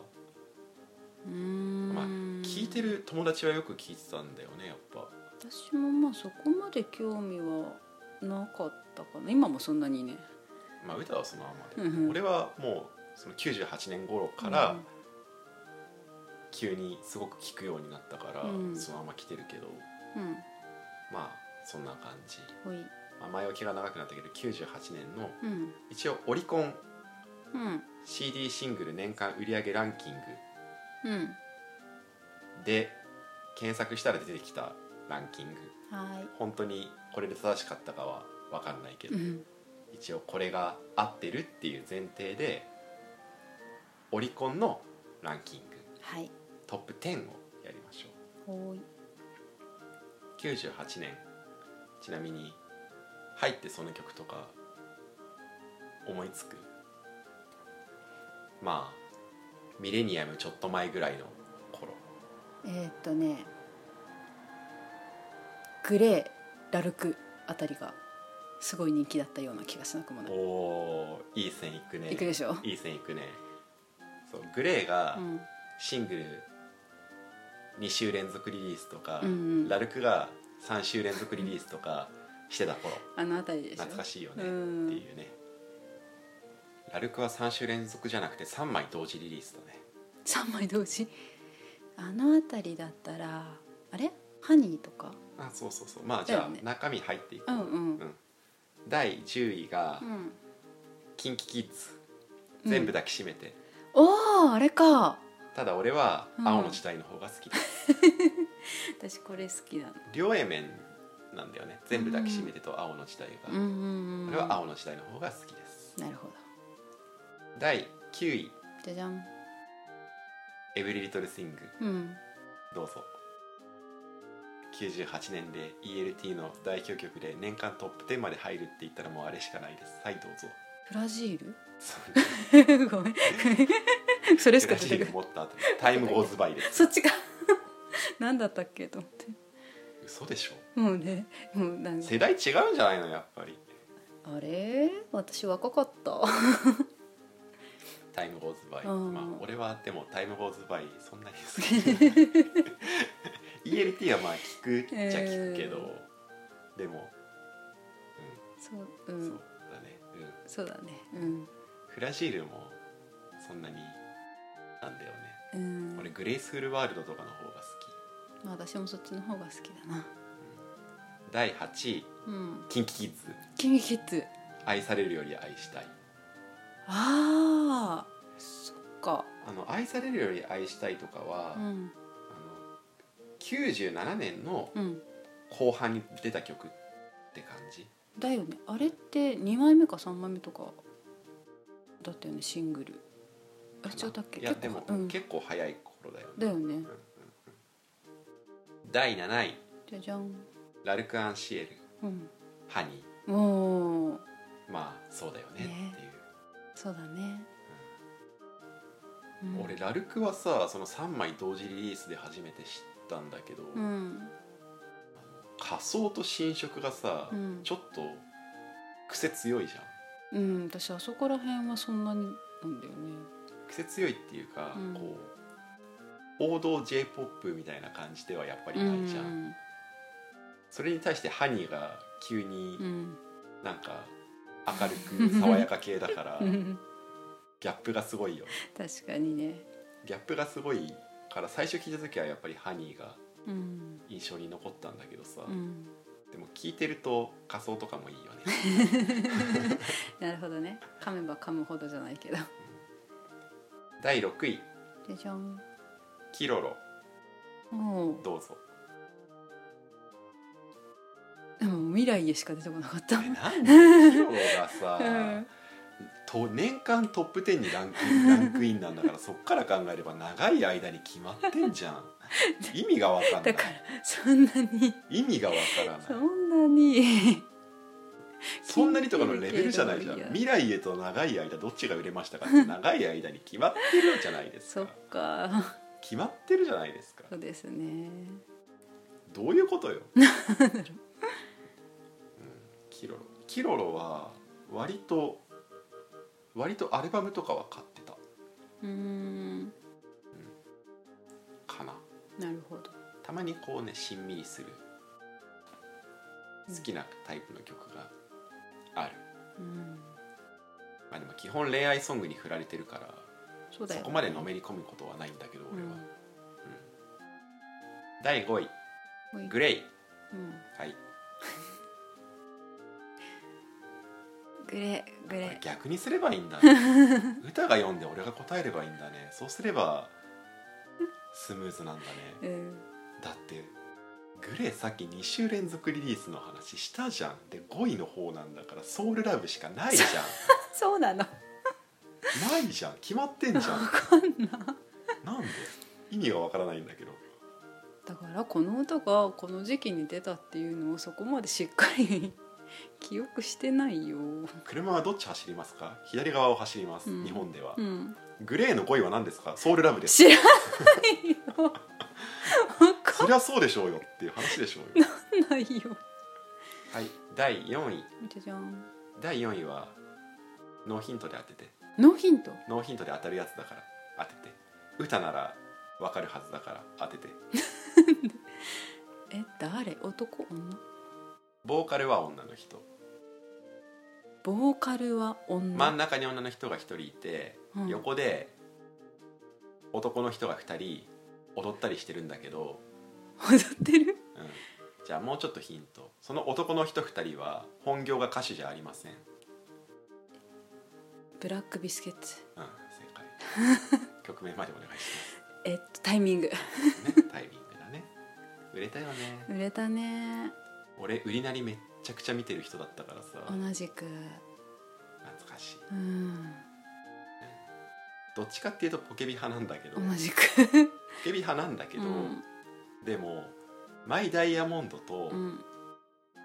[SPEAKER 2] ーん
[SPEAKER 3] まあ聴いてる友達はよく聴いてたんだよねやっぱ
[SPEAKER 2] 私もまあそこまで興味はなかったかな今もそんなにね
[SPEAKER 3] まあ歌はそのまま
[SPEAKER 2] う
[SPEAKER 3] で、
[SPEAKER 2] んうん
[SPEAKER 3] 俺はもうその98年頃から急にすごく聴くようになったから、
[SPEAKER 2] うん
[SPEAKER 3] そのまま来てるけど
[SPEAKER 2] うん、うん
[SPEAKER 3] まあそんな感じ、
[SPEAKER 2] ほい
[SPEAKER 3] まあ、前置きが長くなったけど98年の
[SPEAKER 2] うん
[SPEAKER 3] 一応オリコン
[SPEAKER 2] うん
[SPEAKER 3] CD シングル年間売上ランキング
[SPEAKER 2] うん
[SPEAKER 3] で検索したら出てきたランキング
[SPEAKER 2] は
[SPEAKER 3] 本当にこれで正しかったかは分かんないけ
[SPEAKER 2] い
[SPEAKER 3] ど、
[SPEAKER 2] うん
[SPEAKER 3] 一応これが合ってるっていう前提でオリコンのランキング
[SPEAKER 2] はい
[SPEAKER 3] トップ10をやりましょ
[SPEAKER 2] ほいう
[SPEAKER 3] 98年ちなみに入ってその曲とか思いつくまあミレニアムちょっと前ぐらいの頃
[SPEAKER 2] えー、っとねグレーラルクあたりがすごい人気だったような気がしなくもない
[SPEAKER 3] おーいい線いくね
[SPEAKER 2] いくでしょ
[SPEAKER 3] いい線いくねそうグレーが
[SPEAKER 2] うん
[SPEAKER 3] シングル2週連続リリースとか、
[SPEAKER 2] うんうん
[SPEAKER 3] ラルクが3週連続リリースとかしてた頃
[SPEAKER 2] あのあたりでしょ
[SPEAKER 3] 懐かしいよねっ
[SPEAKER 2] う
[SPEAKER 3] て
[SPEAKER 2] ん
[SPEAKER 3] いうねラルクは3週連続じゃなくて3枚同時リリースだね
[SPEAKER 2] 3枚同時あのあたりだったらあれハニーとか
[SPEAKER 3] あそうそうそうまあじゃ
[SPEAKER 2] だよ
[SPEAKER 3] あ
[SPEAKER 2] ね
[SPEAKER 3] 中身入っていく、
[SPEAKER 2] うんうん
[SPEAKER 3] 第10位が
[SPEAKER 2] うん
[SPEAKER 3] キンキキッズ
[SPEAKER 2] うん
[SPEAKER 3] 全部抱きしめて、
[SPEAKER 2] おーあれか
[SPEAKER 3] ただ俺は青の時代の方が好きです、
[SPEAKER 2] 私これ好きなの
[SPEAKER 3] 両 A 面なんだよね全部抱きしめてと青の時代が、
[SPEAKER 2] うんうんうん
[SPEAKER 3] 俺は青の時代の方が好きです
[SPEAKER 2] なるほど
[SPEAKER 3] 第9位
[SPEAKER 2] じゃじゃん
[SPEAKER 3] 「エブリリトルスイング
[SPEAKER 2] うん」
[SPEAKER 3] どうぞ98年で ELT の代表曲で年間トップ10まで入るって言ったらもうあれしかないですはいどうぞ
[SPEAKER 2] ブラジール
[SPEAKER 3] そ う
[SPEAKER 2] ごめんそれ しか出
[SPEAKER 3] ジ
[SPEAKER 2] て
[SPEAKER 3] ー
[SPEAKER 2] こない
[SPEAKER 3] ル持った後タイムゴーズバイで
[SPEAKER 2] そ
[SPEAKER 3] す
[SPEAKER 2] っちか 何だったっけと思って
[SPEAKER 3] 嘘でしょ
[SPEAKER 2] もうねもうなんか
[SPEAKER 3] 世代違うんじゃないのやっぱり
[SPEAKER 2] あれ私若かった
[SPEAKER 3] タイムゴーズバイ
[SPEAKER 2] うん
[SPEAKER 3] まあ俺はでもタイムゴーズバイそんなに好き じゃない ELT はまあ聞くっちゃ聞くけど、でも、
[SPEAKER 2] そうう
[SPEAKER 3] う、
[SPEAKER 2] ん
[SPEAKER 3] そ
[SPEAKER 2] ん
[SPEAKER 3] うだね、うん、
[SPEAKER 2] そうだねうん
[SPEAKER 3] フラジールもそんなになんだよね、
[SPEAKER 2] うん
[SPEAKER 3] 俺グレイスフルワールドとかの方が好
[SPEAKER 2] まあ私もそっちの方が好きだな
[SPEAKER 3] き第8位
[SPEAKER 2] うん
[SPEAKER 3] キンキキッズ
[SPEAKER 2] キンキキッズ
[SPEAKER 3] 愛されるより愛したい
[SPEAKER 2] ああそっか
[SPEAKER 3] あの愛されるより愛したいとかは、
[SPEAKER 2] う
[SPEAKER 3] あの
[SPEAKER 2] ん
[SPEAKER 3] 97年の
[SPEAKER 2] うん
[SPEAKER 3] 後半に出た曲って感じ
[SPEAKER 2] だよねあれって2枚目か3枚目とかだったよねシングルあ違ったっけ
[SPEAKER 3] いやでも、
[SPEAKER 2] うん、
[SPEAKER 3] 結構早い頃だよね
[SPEAKER 2] だよね
[SPEAKER 3] 第7位
[SPEAKER 2] じゃじゃん
[SPEAKER 3] ラルク・アンシエル
[SPEAKER 2] うん
[SPEAKER 3] 「ハニ
[SPEAKER 2] おー
[SPEAKER 3] ー」まあそうだよね
[SPEAKER 2] ね
[SPEAKER 3] っていう、
[SPEAKER 2] そうだね、うん、
[SPEAKER 3] 俺ラルクはさその3枚同時リリースで初めて知ったんだけど、
[SPEAKER 2] うん
[SPEAKER 3] 仮想と新色がさ、
[SPEAKER 2] うん
[SPEAKER 3] ちょっと癖強いじゃん
[SPEAKER 2] うん私あそこら辺はそんなになんだよね
[SPEAKER 3] 癖強いっていうか、
[SPEAKER 2] うん
[SPEAKER 3] こう王道 j p o p みたいな感じではやっぱりないじゃん、それに対してハニーが急に
[SPEAKER 2] うん
[SPEAKER 3] なんか明るく爽やか系だから
[SPEAKER 2] うん
[SPEAKER 3] ギャップがすごいよ
[SPEAKER 2] 確かにね
[SPEAKER 3] ギャップがすごいから最初聞いた時はやっぱりハニーが
[SPEAKER 2] うん
[SPEAKER 3] 印象に残ったんだけどさ、
[SPEAKER 2] うん
[SPEAKER 3] でも聞いてると仮想とかもいいよね
[SPEAKER 2] なるほどね噛めば噛むほどじゃないけど
[SPEAKER 3] 第6位
[SPEAKER 2] じゃじゃん
[SPEAKER 3] 「キロロ
[SPEAKER 2] お
[SPEAKER 3] どうぞ
[SPEAKER 2] でも未来へしか出てこなかった」
[SPEAKER 3] えなんでキロロがさ、
[SPEAKER 2] うん
[SPEAKER 3] と年間トップ10にランク インランクインなんだからそっから考えれば長い間に決まってんじゃん意味がわかんな
[SPEAKER 2] だ
[SPEAKER 3] い
[SPEAKER 2] からそんなに
[SPEAKER 3] 意味がわから
[SPEAKER 2] そ
[SPEAKER 3] ない
[SPEAKER 2] んなに
[SPEAKER 3] そんなにとかのレベルじゃないじゃん
[SPEAKER 2] 聞いてるけ
[SPEAKER 3] 未来へと長い間どっちが売れましたかって長い間に決まってるじゃないです
[SPEAKER 2] そっ
[SPEAKER 3] か
[SPEAKER 2] か
[SPEAKER 3] 決まってるじゃないですか
[SPEAKER 2] そうですね
[SPEAKER 3] どういうこ とよ、うんキロロキロロは割と割とアルバムとかは買ってた
[SPEAKER 2] うーん
[SPEAKER 3] かな
[SPEAKER 2] なるほど
[SPEAKER 3] たまにこうねしんみりする好きなタイプの曲がある、
[SPEAKER 2] うん
[SPEAKER 3] まあ、でも基本恋愛ソングに振られてるから
[SPEAKER 2] そう
[SPEAKER 3] そ
[SPEAKER 2] だよ
[SPEAKER 3] こまでのめり込むことはないんだけど
[SPEAKER 2] う
[SPEAKER 3] 俺は、
[SPEAKER 2] ん
[SPEAKER 3] 第5位
[SPEAKER 2] ほい
[SPEAKER 3] グレイ
[SPEAKER 2] うん
[SPEAKER 3] はい
[SPEAKER 2] グレグ
[SPEAKER 3] これ
[SPEAKER 2] レ
[SPEAKER 3] 逆にすればいいんだね 歌が読んで俺が答えればいいんだねそうすればスムーズなんだね
[SPEAKER 2] うん
[SPEAKER 3] だってグレイさっき2週連続リリースの話したじゃんで5位の方なんだからソウルラブしかな いじゃん
[SPEAKER 2] そうなの
[SPEAKER 3] ないじゃん決まってんじゃん
[SPEAKER 2] かんない
[SPEAKER 3] なんで意味がわからないんだけど
[SPEAKER 2] だからこの歌がこの時期に出たっていうのをそこまでしっかり 記憶してないよ
[SPEAKER 3] 車はどっち走りますか左側を走ります、
[SPEAKER 2] うん
[SPEAKER 3] 日本では
[SPEAKER 2] う、ん
[SPEAKER 3] グレーの5位は何ですかソウルラブです
[SPEAKER 2] 知らないよわ
[SPEAKER 3] そ
[SPEAKER 2] か
[SPEAKER 3] りゃそうでしょうよっていう話でしょうよ
[SPEAKER 2] んないよ
[SPEAKER 3] はい第4位
[SPEAKER 2] じゃじゃん
[SPEAKER 3] 第4位はノーヒントで当てて
[SPEAKER 2] ノーヒント
[SPEAKER 3] ノーヒントで当たるやつだから当てて歌ならわかるはずだから当てて
[SPEAKER 2] え誰男女
[SPEAKER 3] ボーカルは女の人
[SPEAKER 2] ボーカルは女
[SPEAKER 3] 真ん中に女の人が1人いて、
[SPEAKER 2] うん
[SPEAKER 3] 横で男の人が2人踊ったりしてるんだけど、
[SPEAKER 2] 踊ってる
[SPEAKER 3] うん、じゃあもうちょっとヒントその男の人2人は本業が歌手じゃありません、うん、
[SPEAKER 2] ブラックビスケッツ
[SPEAKER 3] 正 解曲名までお願いし
[SPEAKER 2] えっとタイミング
[SPEAKER 3] ますねタイミングだね売れたよね
[SPEAKER 2] 売れたね
[SPEAKER 3] 俺売りなりめっちゃくちゃ見てる人だったからさ
[SPEAKER 2] 同じく
[SPEAKER 3] 懐かしい
[SPEAKER 2] うん
[SPEAKER 3] どっちかっていうとポケビ派なんだけどポ
[SPEAKER 2] 同じく
[SPEAKER 3] ケビ派なんだけど、
[SPEAKER 2] うん
[SPEAKER 3] でもマイダイヤモンドと
[SPEAKER 2] うん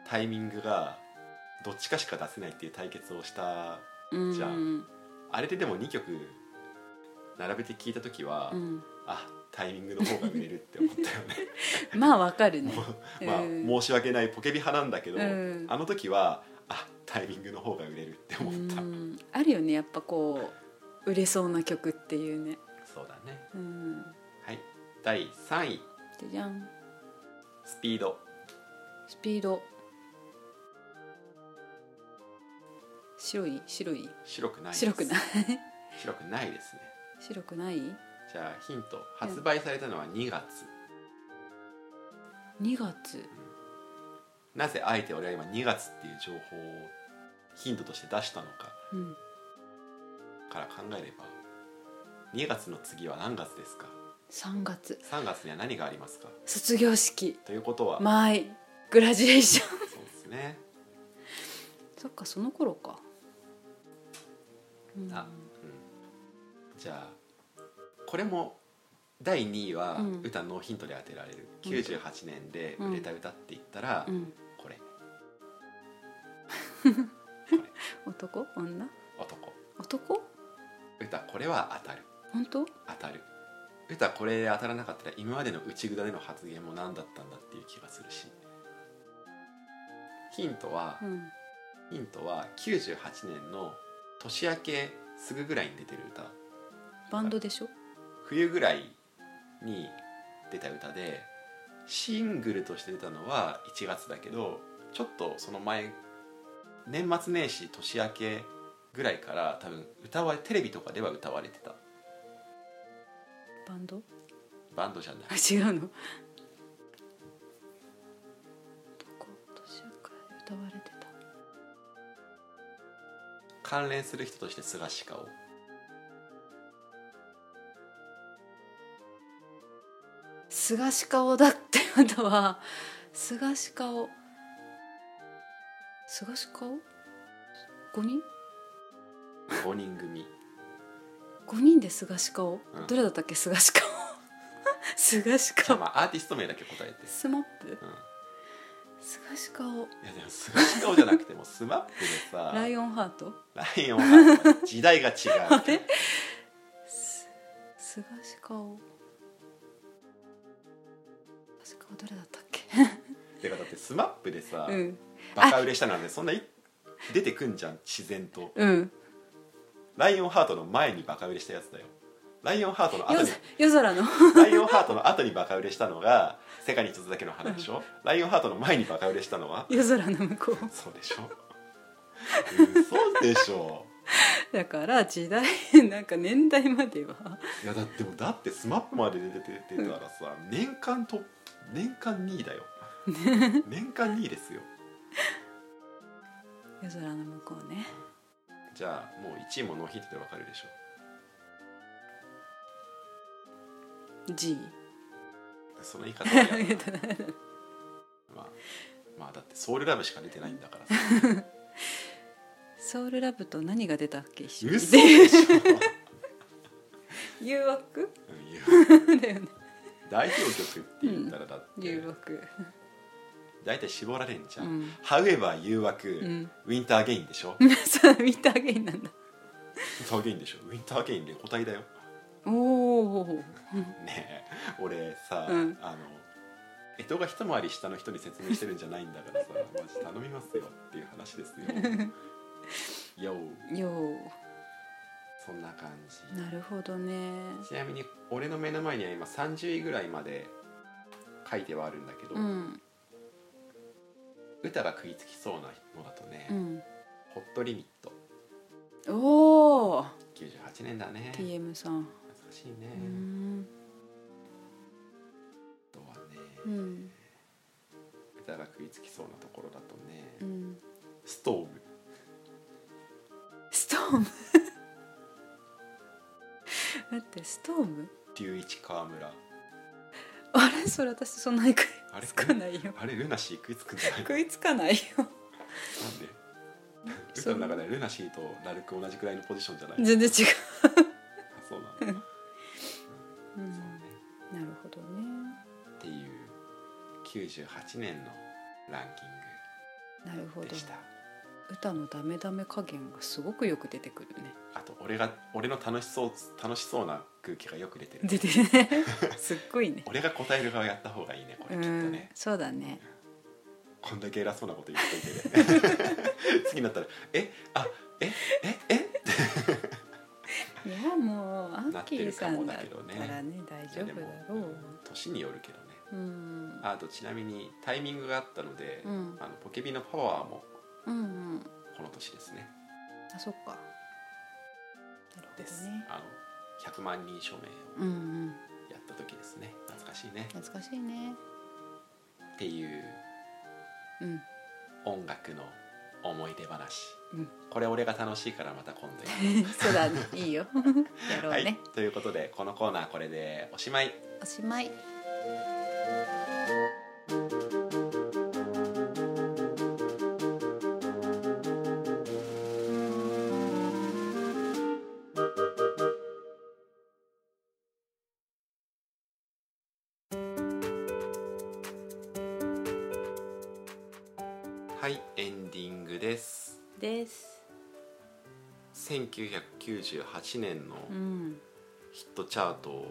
[SPEAKER 3] タイミングがどっちかしか出せないっていう対決をした
[SPEAKER 2] うん
[SPEAKER 3] じゃあ
[SPEAKER 2] うん
[SPEAKER 3] あれででも2曲並べて聴いた時は、
[SPEAKER 2] うん
[SPEAKER 3] あタイミングの方が売れるって思ったよね
[SPEAKER 2] まあわかるね
[SPEAKER 3] もうまあ、
[SPEAKER 2] うん
[SPEAKER 3] 申し訳ないポケビ派なんだけど、
[SPEAKER 2] うん
[SPEAKER 3] あの時はあタイミングの方が売れるって思った、
[SPEAKER 2] うんあるよねやっぱこう売れそうな曲っていうね
[SPEAKER 3] そうだね
[SPEAKER 2] うん
[SPEAKER 3] はい第3位
[SPEAKER 2] じゃじゃん
[SPEAKER 3] スピード
[SPEAKER 2] スピード白い白い
[SPEAKER 3] 白くないです
[SPEAKER 2] 白くない
[SPEAKER 3] 白くないですね
[SPEAKER 2] 白くない
[SPEAKER 3] じゃあヒント発売されたのは2月、
[SPEAKER 2] 2月
[SPEAKER 3] なぜあえて俺は今2月っていう情報をヒントとして出したのか
[SPEAKER 2] うん
[SPEAKER 3] から考えれば2月の次は何月ですか
[SPEAKER 2] 3月
[SPEAKER 3] 3月には何がありますか
[SPEAKER 2] 卒業式
[SPEAKER 3] ということは、
[SPEAKER 2] マイグラジュエーション
[SPEAKER 3] そうですね
[SPEAKER 2] そっかその頃か、うん
[SPEAKER 3] あじゃあこれも第2位は
[SPEAKER 2] うん
[SPEAKER 3] 歌ノーヒントで当てられる、
[SPEAKER 2] うん
[SPEAKER 3] 98年で売れた歌って言ったら、
[SPEAKER 2] うん
[SPEAKER 3] これ
[SPEAKER 2] 男女
[SPEAKER 3] 男
[SPEAKER 2] 男
[SPEAKER 3] 歌これは当たる
[SPEAKER 2] 本当
[SPEAKER 3] 当たる歌これで当たらなかったら今までの内札での発言も何だったんだっていう気がするしヒントは、
[SPEAKER 2] うん
[SPEAKER 3] ヒントは98年の年明けすぐぐらいに出てる歌
[SPEAKER 2] バンドでしょ
[SPEAKER 3] 冬ぐらいに出た歌でシングルとして出たのは1月だけどちょっとその前年末年始年明けぐらいから多分歌われテレビとかでは歌われてた
[SPEAKER 2] バンド
[SPEAKER 3] バンドじゃない
[SPEAKER 2] あ違うのどこ年明け歌われてた
[SPEAKER 3] 関連する人として菅氏かを
[SPEAKER 2] 菅氏顔だってことは菅氏顔菅氏顔5人
[SPEAKER 3] 5人組
[SPEAKER 2] 5人で菅氏顔、
[SPEAKER 3] うん
[SPEAKER 2] どれだったっけ菅氏顔 菅氏
[SPEAKER 3] じゃあ
[SPEAKER 2] 顔
[SPEAKER 3] まあアーティスト名だけ答えて、
[SPEAKER 2] スマップ
[SPEAKER 3] う
[SPEAKER 2] 菅氏顔
[SPEAKER 3] ん、いやでも菅氏顔じゃなくてもスマップでさ
[SPEAKER 2] ライオンハート
[SPEAKER 3] ライオンは時代が違う
[SPEAKER 2] あれす菅氏顔菅氏顔どれだったっけ
[SPEAKER 3] てかだってスマップでさ、
[SPEAKER 2] うん
[SPEAKER 3] バカ売れしたなんでそんない出てくんじゃん自然と
[SPEAKER 2] うん
[SPEAKER 3] ライオンハートの前にバカ売れしたやつだよライオンハートの後
[SPEAKER 2] 夜
[SPEAKER 3] に
[SPEAKER 2] 夜空の
[SPEAKER 3] ライオンハートの後にバカ売れしたのが世界に一つだけの花でしょライオンハートの前にバカ売れしたのは
[SPEAKER 2] 夜空の向こ
[SPEAKER 3] そうでしょ嘘でしょ
[SPEAKER 2] うだから時代なんか年代まではい
[SPEAKER 3] やだってもうだってスマップまで出て出てたらさ、年間トップ年間2位だよ 年間2位ですよ
[SPEAKER 2] 夜空の向こうね
[SPEAKER 3] じゃあもう1位もノーヒントでわかるでしょ
[SPEAKER 2] G
[SPEAKER 3] その言 い方は嫌だなまあまあだってソウルラブしか出てないんだからさ
[SPEAKER 2] ソウルラブと何が出たっけ一緒に
[SPEAKER 3] 嘘でしょ
[SPEAKER 2] 誘惑
[SPEAKER 3] うん誘惑
[SPEAKER 2] だよね
[SPEAKER 3] 代表曲って言ったらだって、
[SPEAKER 2] 誘惑
[SPEAKER 3] 大体絞られんじゃん、
[SPEAKER 2] うん
[SPEAKER 3] ハウエバー誘惑、
[SPEAKER 2] ん
[SPEAKER 3] ウィンターゲインでしょウィン
[SPEAKER 2] 皆さん見たゲインなんだ
[SPEAKER 3] ターゲインでしょウィンターゲインで答えだよ
[SPEAKER 2] おお
[SPEAKER 3] ねえ俺さ、
[SPEAKER 2] うん
[SPEAKER 3] あの干支が一回り下の人に説明してるんじゃないん だからさマジ頼みますよっていう話です よよう
[SPEAKER 2] よ
[SPEAKER 3] そんな感じ
[SPEAKER 2] ーなるほどね
[SPEAKER 3] ちなみに俺の目の前には今30位ぐらいまで書いてはあるんだけど、
[SPEAKER 2] うん
[SPEAKER 3] 歌が食いつきそうなのだとね、
[SPEAKER 2] うん
[SPEAKER 3] ホットリミット
[SPEAKER 2] おお
[SPEAKER 3] 98年だね
[SPEAKER 2] TM さん
[SPEAKER 3] 懐かしいね、
[SPEAKER 2] うん
[SPEAKER 3] あとはね、
[SPEAKER 2] うん
[SPEAKER 3] 歌が食いつきそうなところだとね、
[SPEAKER 2] うん
[SPEAKER 3] ストーム
[SPEAKER 2] ストーム だってストーム
[SPEAKER 3] 龍一川村
[SPEAKER 2] あれそれ私そんなに食い
[SPEAKER 3] あれ
[SPEAKER 2] つかないよ
[SPEAKER 3] あれルナシー食いつく んじゃないなんで
[SPEAKER 2] 食いつかないよ
[SPEAKER 3] 歌の中でルナシーとラルク同じくらいのポジションじゃない
[SPEAKER 2] 全然違
[SPEAKER 3] あそうなの
[SPEAKER 2] う、う
[SPEAKER 3] そうね
[SPEAKER 2] ん、なるほどね
[SPEAKER 3] っていう98 98年のランキン
[SPEAKER 2] なるほ
[SPEAKER 3] グ
[SPEAKER 2] ど
[SPEAKER 3] でした
[SPEAKER 2] 歌のダメダメ加減がすごくよく出てくるね
[SPEAKER 3] あと俺が俺の楽しそう楽しそうな空気がよく出てる
[SPEAKER 2] 出てね すっごい ね
[SPEAKER 3] 俺が答える側やった方がいいねこれ
[SPEAKER 2] う
[SPEAKER 3] きっと
[SPEAKER 2] ん
[SPEAKER 3] ね
[SPEAKER 2] そうだね
[SPEAKER 3] こんだけ偉そうなこと言っといてね 次になったら「えあえええ
[SPEAKER 2] いやもうア
[SPEAKER 3] な
[SPEAKER 2] ッ
[SPEAKER 3] っ
[SPEAKER 2] キ
[SPEAKER 3] て
[SPEAKER 2] ー
[SPEAKER 3] る
[SPEAKER 2] さ
[SPEAKER 3] か
[SPEAKER 2] ん
[SPEAKER 3] も
[SPEAKER 2] だっ
[SPEAKER 3] だ
[SPEAKER 2] た
[SPEAKER 3] けどね
[SPEAKER 2] らね大丈
[SPEAKER 3] で
[SPEAKER 2] 夫
[SPEAKER 3] も
[SPEAKER 2] だろう
[SPEAKER 3] 年によるけどね
[SPEAKER 2] うん
[SPEAKER 3] あとちなみにタイミングがあったので、
[SPEAKER 2] うん
[SPEAKER 3] あのポケビのパワーも
[SPEAKER 2] うんうん
[SPEAKER 3] この年ですね
[SPEAKER 2] あそっかなる
[SPEAKER 3] です、
[SPEAKER 2] ほどね
[SPEAKER 3] あの100万人署
[SPEAKER 2] う
[SPEAKER 3] 名を
[SPEAKER 2] んうん
[SPEAKER 3] やった時ですね懐かしいね
[SPEAKER 2] 懐かしいね
[SPEAKER 3] っていう
[SPEAKER 2] うん
[SPEAKER 3] 音楽の思い出話、
[SPEAKER 2] うん
[SPEAKER 3] これ俺が楽しいからまた今度や
[SPEAKER 2] そうだねいい よや
[SPEAKER 3] る
[SPEAKER 2] ろ
[SPEAKER 3] は
[SPEAKER 2] うね
[SPEAKER 3] い、ということでこのコーナーこれでおしまい
[SPEAKER 2] おしまい
[SPEAKER 3] はいエンディングです
[SPEAKER 2] です
[SPEAKER 3] 1998年の
[SPEAKER 2] うん
[SPEAKER 3] ヒットチャートを、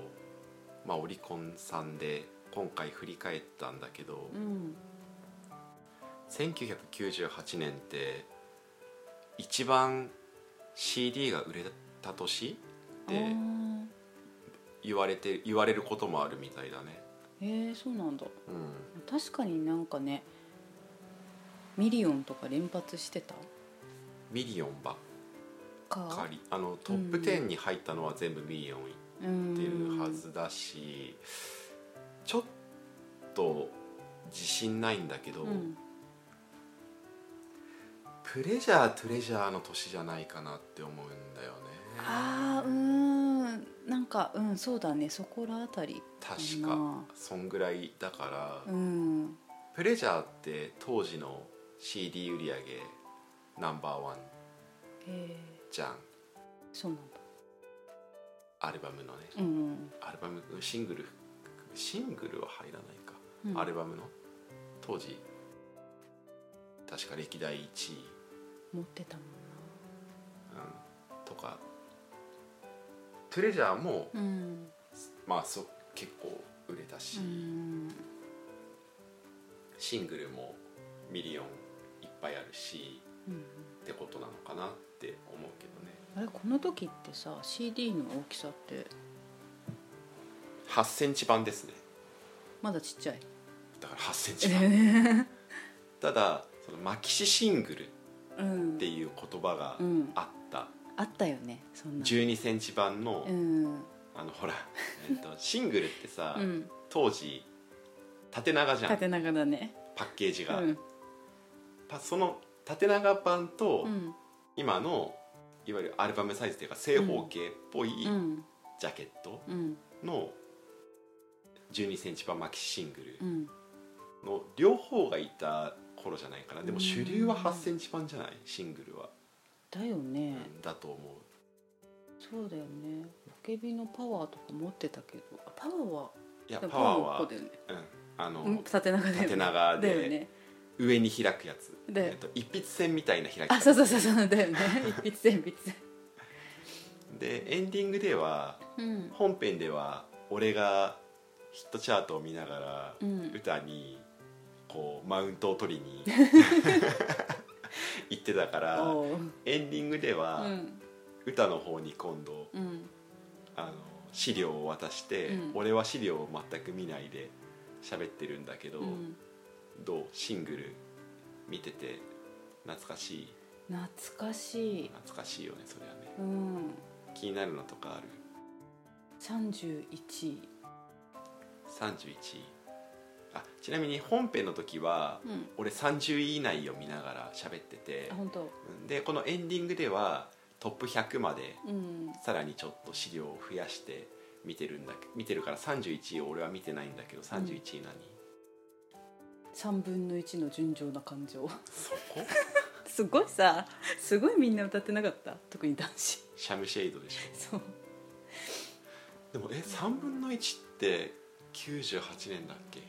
[SPEAKER 3] まあ、オリコンさんで今回振り返ったんだけど、
[SPEAKER 2] うん
[SPEAKER 3] 1998年って一番 CD が売れた年
[SPEAKER 2] あ
[SPEAKER 3] で
[SPEAKER 2] ー
[SPEAKER 3] 言われて言われることもあるみたいだね、
[SPEAKER 2] えー、そうなんだ
[SPEAKER 3] うん、
[SPEAKER 2] 確かになんかねミリオンとか連発してた
[SPEAKER 3] ミリオンばっ
[SPEAKER 2] か
[SPEAKER 3] かりあのトップ10に入ったのは全部ミリオンいってるはずだし、ちょっと自信ないんだけど、
[SPEAKER 2] うんうん
[SPEAKER 3] プレジャートレジャーの年じゃないかなって思うんだよね
[SPEAKER 2] あーうーんなんかうんそうだねそこらあたり
[SPEAKER 3] 確
[SPEAKER 2] か
[SPEAKER 3] か
[SPEAKER 2] な
[SPEAKER 3] そんぐらいだから、
[SPEAKER 2] うん
[SPEAKER 3] プレジャーって当時の CD 売り上げナンバーワン
[SPEAKER 2] え
[SPEAKER 3] じゃん
[SPEAKER 2] ー、そうなんだ
[SPEAKER 3] アルバムのね
[SPEAKER 2] うん
[SPEAKER 3] アルバムシングルシングルは入らないか、
[SPEAKER 2] うん
[SPEAKER 3] アルバムの当時確か歴代1位、
[SPEAKER 2] 持ってたもん
[SPEAKER 3] うん、とかプレジャーも、
[SPEAKER 2] なうん
[SPEAKER 3] まあそ結構売れたし、
[SPEAKER 2] うん
[SPEAKER 3] シングルもミリオンいっぱいあるし
[SPEAKER 2] うん
[SPEAKER 3] ってことなのかなって思うけどね
[SPEAKER 2] あれこの時ってさ CD の大きさって
[SPEAKER 3] 8センチ版ですね
[SPEAKER 2] まだちっちゃい
[SPEAKER 3] だから8センチ版ただそのマキシシングルっ
[SPEAKER 2] うん
[SPEAKER 3] ていう言葉が
[SPEAKER 2] うん
[SPEAKER 3] あった
[SPEAKER 2] あったよねそんな
[SPEAKER 3] 1 2センチ版の,、
[SPEAKER 2] うん
[SPEAKER 3] あのほら、 えっと、シングルってさ、
[SPEAKER 2] うん
[SPEAKER 3] 当時縦長じゃん
[SPEAKER 2] 縦長だね
[SPEAKER 3] パッケージ
[SPEAKER 2] う
[SPEAKER 3] が、
[SPEAKER 2] ん
[SPEAKER 3] パその縦長版と、
[SPEAKER 2] うん
[SPEAKER 3] 今のいわゆるアルバムサイズっていうか正方形っぽい
[SPEAKER 2] うん
[SPEAKER 3] ジャケット
[SPEAKER 2] うん
[SPEAKER 3] の1 2センチ版マキシシングル
[SPEAKER 2] うん
[SPEAKER 3] の両方がいた頃じゃないかなでも
[SPEAKER 2] うん
[SPEAKER 3] 主流は8センチ版じゃないシングルは、
[SPEAKER 2] だよね
[SPEAKER 3] だと思う
[SPEAKER 2] そうだよねポケビのパワーとか持ってたけどあパワーはい
[SPEAKER 3] や
[SPEAKER 2] でも
[SPEAKER 3] パワー
[SPEAKER 2] こ
[SPEAKER 3] は
[SPEAKER 2] う、だよね
[SPEAKER 3] うん、あの、
[SPEAKER 2] うん縦長だよね
[SPEAKER 3] 縦長で
[SPEAKER 2] だよね
[SPEAKER 3] 上に開くやつ、
[SPEAKER 2] で
[SPEAKER 3] えっと、一筆線みたいな開き
[SPEAKER 2] あ
[SPEAKER 3] 方
[SPEAKER 2] そうそうそうそうだよね一筆線一筆線
[SPEAKER 3] でエンディングでは
[SPEAKER 2] うん
[SPEAKER 3] 本編では俺がヒットチャートを見なが
[SPEAKER 2] う
[SPEAKER 3] ら
[SPEAKER 2] ん
[SPEAKER 3] 歌にこうマウントを取 りに行ってたから
[SPEAKER 2] おう
[SPEAKER 3] エンディングで
[SPEAKER 2] う
[SPEAKER 3] は
[SPEAKER 2] ん
[SPEAKER 3] 歌の方に今度
[SPEAKER 2] うん
[SPEAKER 3] あの資料を渡して、
[SPEAKER 2] うん
[SPEAKER 3] 俺は資料を全く見ないで喋ってるんだけど、
[SPEAKER 2] うん
[SPEAKER 3] どうシングル見てて懐かしい
[SPEAKER 2] 懐かしい
[SPEAKER 3] 懐かしいよねそれはね
[SPEAKER 2] うん
[SPEAKER 3] 気になるのとかある
[SPEAKER 2] 31位
[SPEAKER 3] 31位あちなみに本編の時は
[SPEAKER 2] うん
[SPEAKER 3] 俺30位以内を見ながら喋ってて
[SPEAKER 2] あ本当
[SPEAKER 3] でこのエンディングではトップ100まで
[SPEAKER 2] うん
[SPEAKER 3] さらにちょっと資料を増やして見てるんだけ見てるから31位を俺は見てないんだけど31位何、
[SPEAKER 2] 3分の1の純情な感情
[SPEAKER 3] そこ
[SPEAKER 2] すごいさすごいみんな歌ってなかった特に男子
[SPEAKER 3] シャムシェイドでし
[SPEAKER 2] そう
[SPEAKER 3] ょでもえ3分の1って98年だっけ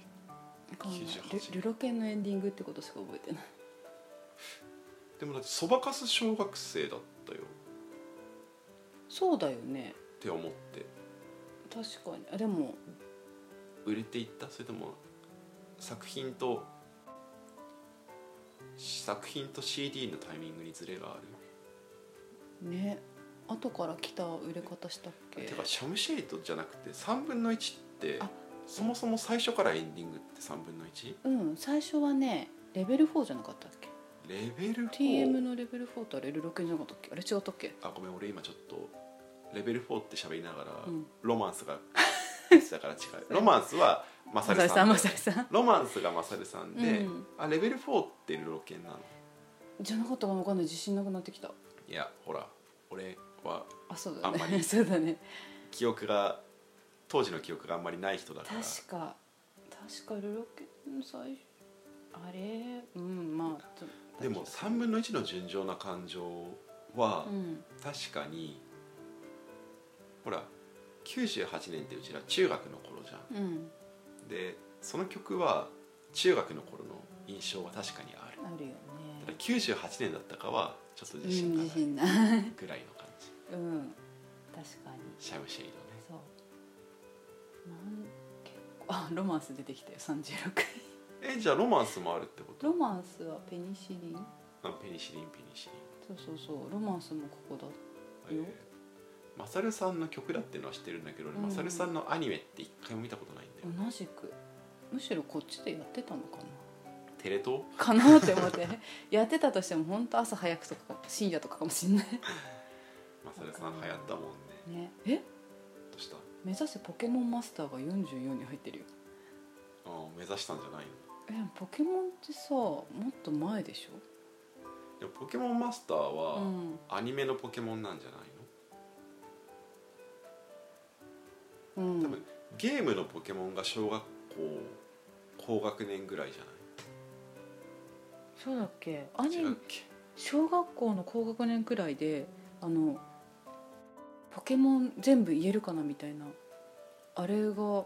[SPEAKER 2] こんな
[SPEAKER 3] 98
[SPEAKER 2] ルルロケンのエンディングってことしか覚えてない
[SPEAKER 3] でもだってそばかす小学生だったよっ
[SPEAKER 2] そうだよね
[SPEAKER 3] て思って
[SPEAKER 2] 確かにあでも
[SPEAKER 3] 売れていったそれとも作品と作品と CD のタイミングにズレがあ
[SPEAKER 2] ね後から来た売れ方したっけ
[SPEAKER 3] る、てかシャムシェイドじゃなくて3分の1って
[SPEAKER 2] あ
[SPEAKER 3] そもそも最初からエンディングって3分の 1?
[SPEAKER 2] うん最初はねレベル4じゃなかったっけ
[SPEAKER 3] レベル
[SPEAKER 2] TM
[SPEAKER 3] 4?
[SPEAKER 2] のレベル4とあれルロケンじゃなかったっけあれ違ったっけ
[SPEAKER 3] あごめん俺今ちょっとレベル4って喋りながら、
[SPEAKER 2] うん
[SPEAKER 3] ロマン スがだから違うロマンスはマサ
[SPEAKER 2] マサル
[SPEAKER 3] ルさ
[SPEAKER 2] さ
[SPEAKER 3] ん
[SPEAKER 2] んマサルさん
[SPEAKER 3] ロマンスがマサルさんで、
[SPEAKER 2] うん
[SPEAKER 3] あレベル4ってルロケンなの
[SPEAKER 2] じゃなかったかもわかんない自信なくなってきた
[SPEAKER 3] いやほら俺は
[SPEAKER 2] あそうだ
[SPEAKER 3] あんまり
[SPEAKER 2] ね そうだね
[SPEAKER 3] 記憶が当時の記憶があんまりない人だから
[SPEAKER 2] 確か確かルロケン最初あれうんまあちょっと
[SPEAKER 3] でも3分の1の純情な感情は
[SPEAKER 2] うん
[SPEAKER 3] 確かに、ほら98年ってうちら中学の頃じゃ
[SPEAKER 2] うん
[SPEAKER 3] んでその曲は中学の頃の印象は確かにある
[SPEAKER 2] あるよ
[SPEAKER 3] ただ
[SPEAKER 2] ね
[SPEAKER 3] 98年だったかはちょっ と
[SPEAKER 2] うん
[SPEAKER 3] 自信が
[SPEAKER 2] 自
[SPEAKER 3] ない
[SPEAKER 2] 信ない
[SPEAKER 3] ぐらいの感じ
[SPEAKER 2] うん確かに
[SPEAKER 3] シャムシェイドね
[SPEAKER 2] そうなん結構あロマンス出てきたよ36
[SPEAKER 3] えじゃあロマンスもあるってこ
[SPEAKER 2] ロ
[SPEAKER 3] と
[SPEAKER 2] マンスはペニシリン
[SPEAKER 3] あペニシリンペニシリ
[SPEAKER 2] そうそうそうロマンスもここだ
[SPEAKER 3] ン、
[SPEAKER 2] よ
[SPEAKER 3] えー、マサルさんの曲だってのは知ってるんだけど、俺
[SPEAKER 2] うん
[SPEAKER 3] マサルさんのアニメって一回も見たことないんだよ、
[SPEAKER 2] 同じくむしろこっちでやってたのかな
[SPEAKER 3] テレ東
[SPEAKER 2] かなって思って やってたとしても本当朝早くとか深夜とかかもしんない
[SPEAKER 3] マサルさん流行ったもんね
[SPEAKER 2] ねえ
[SPEAKER 3] どうしたあ
[SPEAKER 2] 目指せポケモンマスターが44に入ってるよ
[SPEAKER 3] あ目指したんじゃないの
[SPEAKER 2] えポケモンってさもっと前でし
[SPEAKER 3] でもポケモンマスター
[SPEAKER 2] ょう
[SPEAKER 3] は
[SPEAKER 2] ん、
[SPEAKER 3] アニメのポケモンなんじゃない
[SPEAKER 2] うん、
[SPEAKER 3] の、多分ゲームのポケモンが小学校高学年ぐらいじゃ
[SPEAKER 2] そうだっけア
[SPEAKER 3] ない
[SPEAKER 2] ニ
[SPEAKER 3] 違う
[SPEAKER 2] メ
[SPEAKER 3] っけ
[SPEAKER 2] 小学校の高学年くらいであのポケモン全部言えるかなみたいなあれが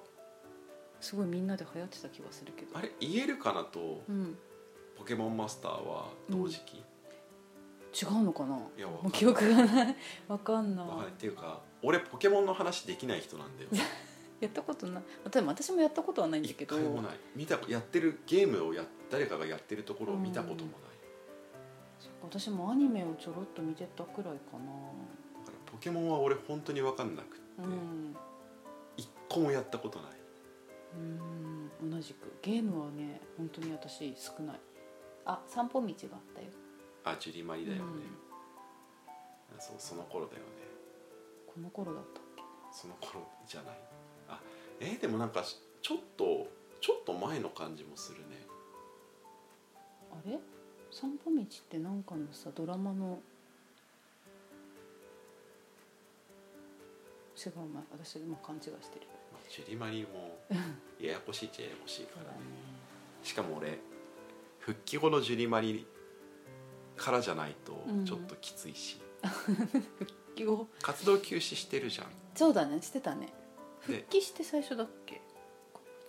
[SPEAKER 2] すごいみんなで流行ってた気がするけど
[SPEAKER 3] あれ言えるかなと
[SPEAKER 2] うん
[SPEAKER 3] ポケモンマスターは同時期、
[SPEAKER 2] 違うのかない
[SPEAKER 3] やわ
[SPEAKER 2] も
[SPEAKER 3] かんな
[SPEAKER 2] う
[SPEAKER 3] い
[SPEAKER 2] 記憶がない わかんない
[SPEAKER 3] わかんないっていうか俺ポケモンの話できない人なんだよ
[SPEAKER 2] やったことないでも私もやったことはないんだ
[SPEAKER 3] 一
[SPEAKER 2] けど
[SPEAKER 3] 回もない見たやってるゲームをや誰かがやってるところを見たこともない、
[SPEAKER 2] そっか私もアニメをちょろっと見てたくらいか
[SPEAKER 3] だからポケモンは俺本当に分かんなくって、
[SPEAKER 2] なうん
[SPEAKER 3] 一個もやったことない
[SPEAKER 2] うん同じくゲームはね本当に私少ないあ散歩道があったよ
[SPEAKER 3] あジュリマリだよね、
[SPEAKER 2] う
[SPEAKER 3] そうその頃だよね
[SPEAKER 2] この頃だったっけ
[SPEAKER 3] その頃じゃないあえーでもなんかしちょっとちょっと前の感じもするね
[SPEAKER 2] あれ散歩道ってなんかのさドラマの違う前私今勘違いしてる
[SPEAKER 3] まあジュリマリもややこしいっちゃややこしいからねしかも俺復帰後のジュリマリからじゃないと
[SPEAKER 2] うん
[SPEAKER 3] ちょっときついし、
[SPEAKER 2] 復帰後
[SPEAKER 3] 活動休止してるじゃん
[SPEAKER 2] そうだねしてたね
[SPEAKER 3] で
[SPEAKER 2] 復帰して最初だっけ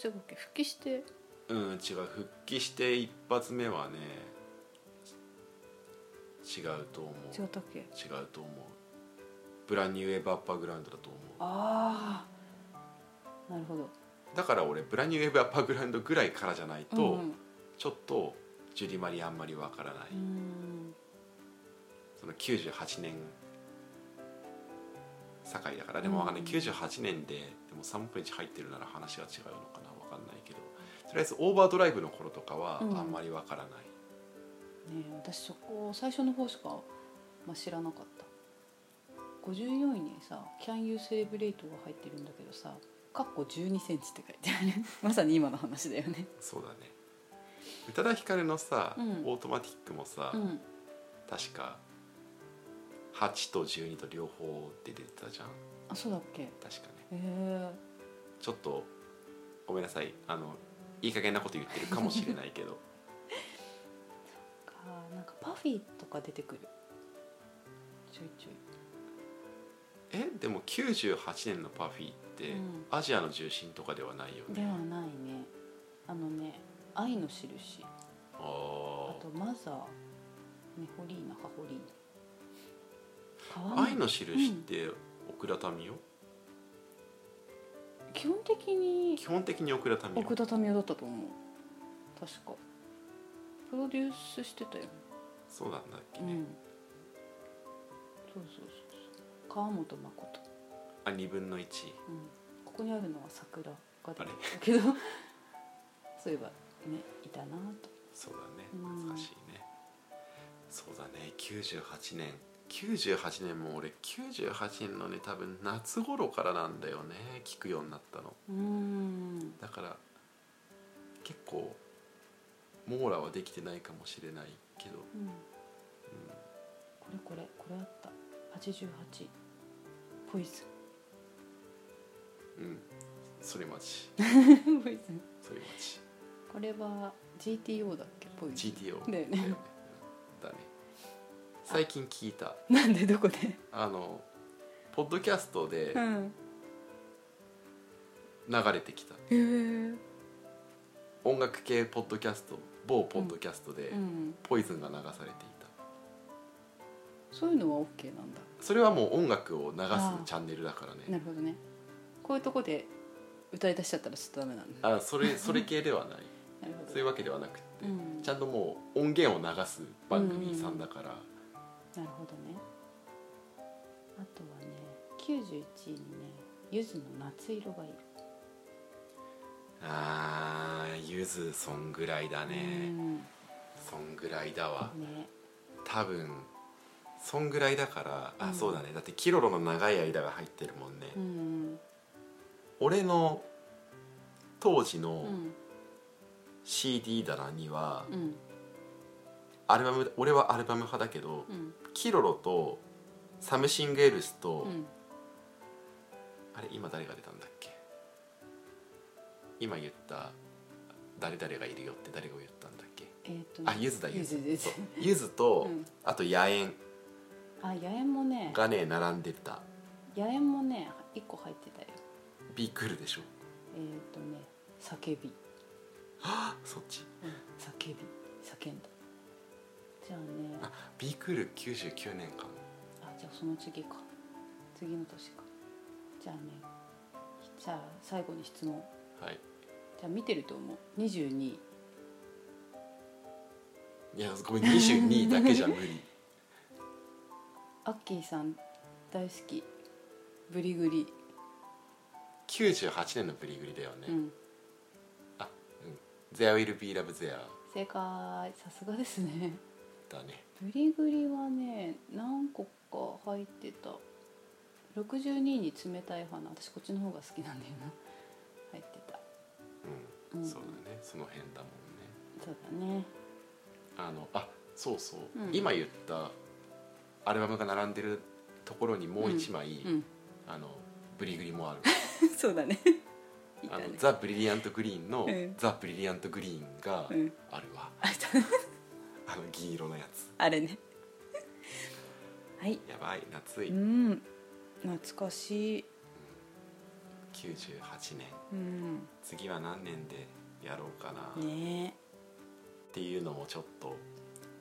[SPEAKER 2] 違うっけ復帰して
[SPEAKER 3] うん違う復帰して一発目はね違うと思う
[SPEAKER 2] 違ったっけ
[SPEAKER 3] 違うと思うブランニューエブアッパーグラウンドだと思う
[SPEAKER 2] ああなるほど
[SPEAKER 3] だから俺ブランニューエブアッパーグラウンドぐらいからじゃないと、
[SPEAKER 2] うんうん
[SPEAKER 3] ちょっとジュリマリあんまりわからない、
[SPEAKER 2] うん
[SPEAKER 3] その98年堺だからでもわかんない、
[SPEAKER 2] うん
[SPEAKER 3] 98年ででも3分1入ってるなら話が違うのかなわかんないけどとりあえずオーバードライブの頃とかは
[SPEAKER 2] うん
[SPEAKER 3] あんまりわからない、
[SPEAKER 2] ねえ私そこ最初の方しか、まあ、知らなかった54位にさ「Can you celebrate」が入ってるんだけどさ「かっこ1 2センチって書いてある まさに今の話だよね
[SPEAKER 3] そうだね宇多田ヒカルのさ、
[SPEAKER 2] うん
[SPEAKER 3] オートマティックもさ、
[SPEAKER 2] うん
[SPEAKER 3] 確か8と12と両方で出てたじゃん
[SPEAKER 2] あそうだっけへ
[SPEAKER 3] 確かね
[SPEAKER 2] え
[SPEAKER 3] ちょっとごめんなさいあのいい加減なこと言ってるかもしれない けど
[SPEAKER 2] かなんかパフィーとか出てくるちょいちょい
[SPEAKER 3] えでも98年のパフィーって、
[SPEAKER 2] うん
[SPEAKER 3] アジアの重心とかではないよ
[SPEAKER 2] で
[SPEAKER 3] ね
[SPEAKER 2] はないねあのね「愛の印」
[SPEAKER 3] あ
[SPEAKER 2] あと「マザー」ね「ホリーナ」「ハホリーナ」
[SPEAKER 3] あ愛の印って奥田民生、
[SPEAKER 2] 基本的に
[SPEAKER 3] 基本的に奥田民
[SPEAKER 2] 奥
[SPEAKER 3] 生
[SPEAKER 2] 田民生だったと思う確かプロデュースしてたよね
[SPEAKER 3] そうなんだっけ
[SPEAKER 2] う
[SPEAKER 3] ね、
[SPEAKER 2] んそうそうそうそう川本誠、
[SPEAKER 3] あ二分の1
[SPEAKER 2] うん、ここにあるのは桜が出
[SPEAKER 3] あ
[SPEAKER 2] て
[SPEAKER 3] れ
[SPEAKER 2] きたけど そういえばねいたなと
[SPEAKER 3] そうだね
[SPEAKER 2] うん
[SPEAKER 3] 懐かしいね、そうだね98年98年も俺98年のね多分夏頃からなんだよね聞くようになったの
[SPEAKER 2] うーん
[SPEAKER 3] だから結構網羅はできてないかもしれないけど、
[SPEAKER 2] うん
[SPEAKER 3] うん
[SPEAKER 2] これこれこれあった88ポイズ
[SPEAKER 3] うん、それ待ち、
[SPEAKER 2] ン ポイズン
[SPEAKER 3] それ待ち。
[SPEAKER 2] これは GTO だっけポイズン
[SPEAKER 3] GTO
[SPEAKER 2] だよね
[SPEAKER 3] だね。最近聞いた、
[SPEAKER 2] なんでどこで
[SPEAKER 3] あの、ポッドキャストで
[SPEAKER 2] うん
[SPEAKER 3] 流れてきた。
[SPEAKER 2] へえ
[SPEAKER 3] 音楽系ポッドキャスト、某ポッドキャストで
[SPEAKER 2] う、ん
[SPEAKER 3] ポイズンが流されていた。
[SPEAKER 2] そういうのは OK なんだ
[SPEAKER 3] それはもう音楽を流す
[SPEAKER 2] あー
[SPEAKER 3] チャンネルだからね。
[SPEAKER 2] なるほどねこういうとこで歌い出しちゃったらちょっとダメなんだ
[SPEAKER 3] あ、それ、それ系ではない。
[SPEAKER 2] なるほど
[SPEAKER 3] そういうわけではなくて、
[SPEAKER 2] うん
[SPEAKER 3] ちゃんともう音源を流す番組さんだから。
[SPEAKER 2] なるほどねあとはね91位にねゆずの夏色がいる
[SPEAKER 3] あー、ゆず、そんぐらいだ
[SPEAKER 2] う
[SPEAKER 3] ね。
[SPEAKER 2] ん
[SPEAKER 3] そんぐらいだわ。
[SPEAKER 2] ね
[SPEAKER 3] 多分そんぐらいだからあ、
[SPEAKER 2] うん
[SPEAKER 3] そうだねだってキロロの長い間が入ってるもんね、
[SPEAKER 2] うん
[SPEAKER 3] 俺の当時
[SPEAKER 2] う
[SPEAKER 3] の
[SPEAKER 2] ん
[SPEAKER 3] CD 棚には、
[SPEAKER 2] うん
[SPEAKER 3] アルバム俺はアルバム派だけど、
[SPEAKER 2] うん
[SPEAKER 3] キロロとサムシングエルスと、
[SPEAKER 2] うん
[SPEAKER 3] あれ今誰が出たんだっけ今言った誰々がいるよって誰が言ったんだっけ
[SPEAKER 2] えーっとね
[SPEAKER 3] あゆずだゆず
[SPEAKER 2] ゆずです
[SPEAKER 3] そうゆずと、
[SPEAKER 2] うん
[SPEAKER 3] あと野猿
[SPEAKER 2] あ八重もね
[SPEAKER 3] がね並んでた
[SPEAKER 2] 八重もね一個入ってたよ
[SPEAKER 3] ビークルでしょ
[SPEAKER 2] えーっとね叫び
[SPEAKER 3] あそっち
[SPEAKER 2] うん叫び叫んだじゃあね
[SPEAKER 3] あビークール99年かも
[SPEAKER 2] あじゃあその次か次の年かじゃあねじゃあ最後に質問
[SPEAKER 3] はい
[SPEAKER 2] じゃあ見てると思う22位
[SPEAKER 3] いやごめん22だけじゃ無 理
[SPEAKER 2] アッキーさん大好きブリグリ、
[SPEAKER 3] 98年のブリグリだよね、
[SPEAKER 2] うん
[SPEAKER 3] あうん「There Will Be Love There
[SPEAKER 2] 正解さすがですね」
[SPEAKER 3] だね
[SPEAKER 2] ブリグリはね何個か入ってた62位に冷たい花私こっちの方が好きなんだよな入ってた
[SPEAKER 3] うん、
[SPEAKER 2] うん
[SPEAKER 3] そうだねその辺だもんね
[SPEAKER 2] そうだね
[SPEAKER 3] あのあそうそう、
[SPEAKER 2] うん
[SPEAKER 3] 今言ったアルバムが並んでるところにもう一枚、
[SPEAKER 2] うん
[SPEAKER 3] あのブリグリもある
[SPEAKER 2] そうだね いた
[SPEAKER 3] あ
[SPEAKER 2] ね
[SPEAKER 3] のザ・ブリリアント・グリーンの
[SPEAKER 2] うん
[SPEAKER 3] 「ザ・ブリリアント・グリーン」が
[SPEAKER 2] うん
[SPEAKER 3] あるわ、
[SPEAKER 2] あいたね
[SPEAKER 3] あの銀色のやつ
[SPEAKER 2] あれねはい
[SPEAKER 3] やばい夏い、
[SPEAKER 2] うん懐かしい
[SPEAKER 3] 98年
[SPEAKER 2] うん
[SPEAKER 3] 次は何年でやろうかな、っ
[SPEAKER 2] ね
[SPEAKER 3] ていうのもちょっと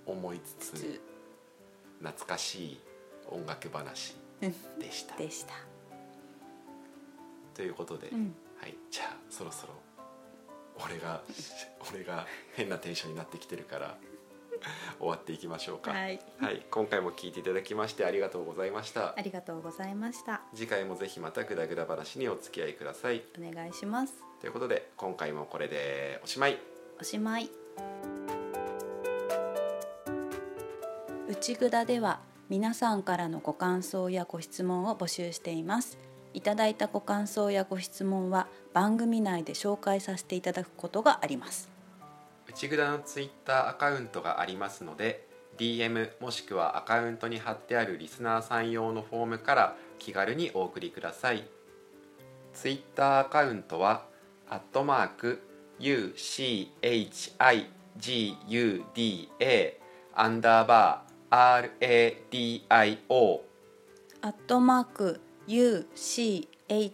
[SPEAKER 3] 思いつ
[SPEAKER 2] え
[SPEAKER 3] つ懐かしい音楽話でした。
[SPEAKER 2] でした
[SPEAKER 3] ということで、
[SPEAKER 2] うん
[SPEAKER 3] はい、じゃあそろそろ 俺が俺が変なテンションになってきてるから終わっていきましょうか。
[SPEAKER 2] はい
[SPEAKER 3] はい、今回も聞いていただきましてありがとうございました
[SPEAKER 2] あ。りがとうございました
[SPEAKER 3] 次回もぜひまたグダグダ話にお付き合いください。
[SPEAKER 2] お願いします
[SPEAKER 3] ということで今回もこれでおしまい。
[SPEAKER 2] おしまい内ぐだでは皆さんからのご感想やご質問を募集していますいただいたご感想やご質問は番組内で紹介させていただくことがあります
[SPEAKER 3] 内ぐだのツイッターアカウントがありますので DM もしくはアカウントに貼ってあるリスナーさん用のフォームから気軽にお送りくださいツイッターアカウントは「アットマーク #UCHIGUDA アンダーバー RADIO」
[SPEAKER 2] アットマーク UCHIGUDA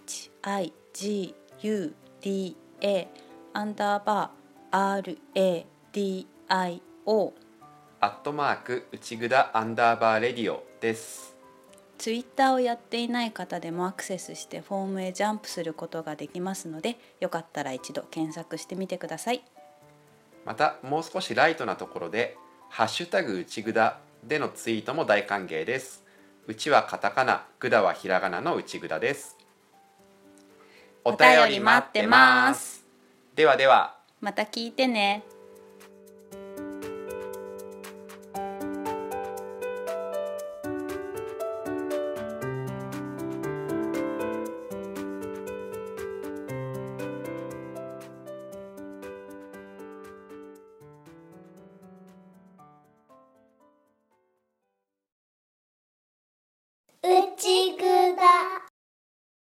[SPEAKER 2] アンダーバー RADIO
[SPEAKER 3] アットマーク内ぐだアンダーバーレディオです
[SPEAKER 2] ツイッターをやっていない方でもアクセスしてフォームへジャンプすることができますのでよかったら一度検索してみてください
[SPEAKER 3] またもう少しライトなところで「ハッシュタグうちぐだ」でのツイートも大歓迎ですうちはカタカナぐだはひらがなのうちぐだです
[SPEAKER 2] お便り待ってます
[SPEAKER 3] ではでは
[SPEAKER 2] また聞いてね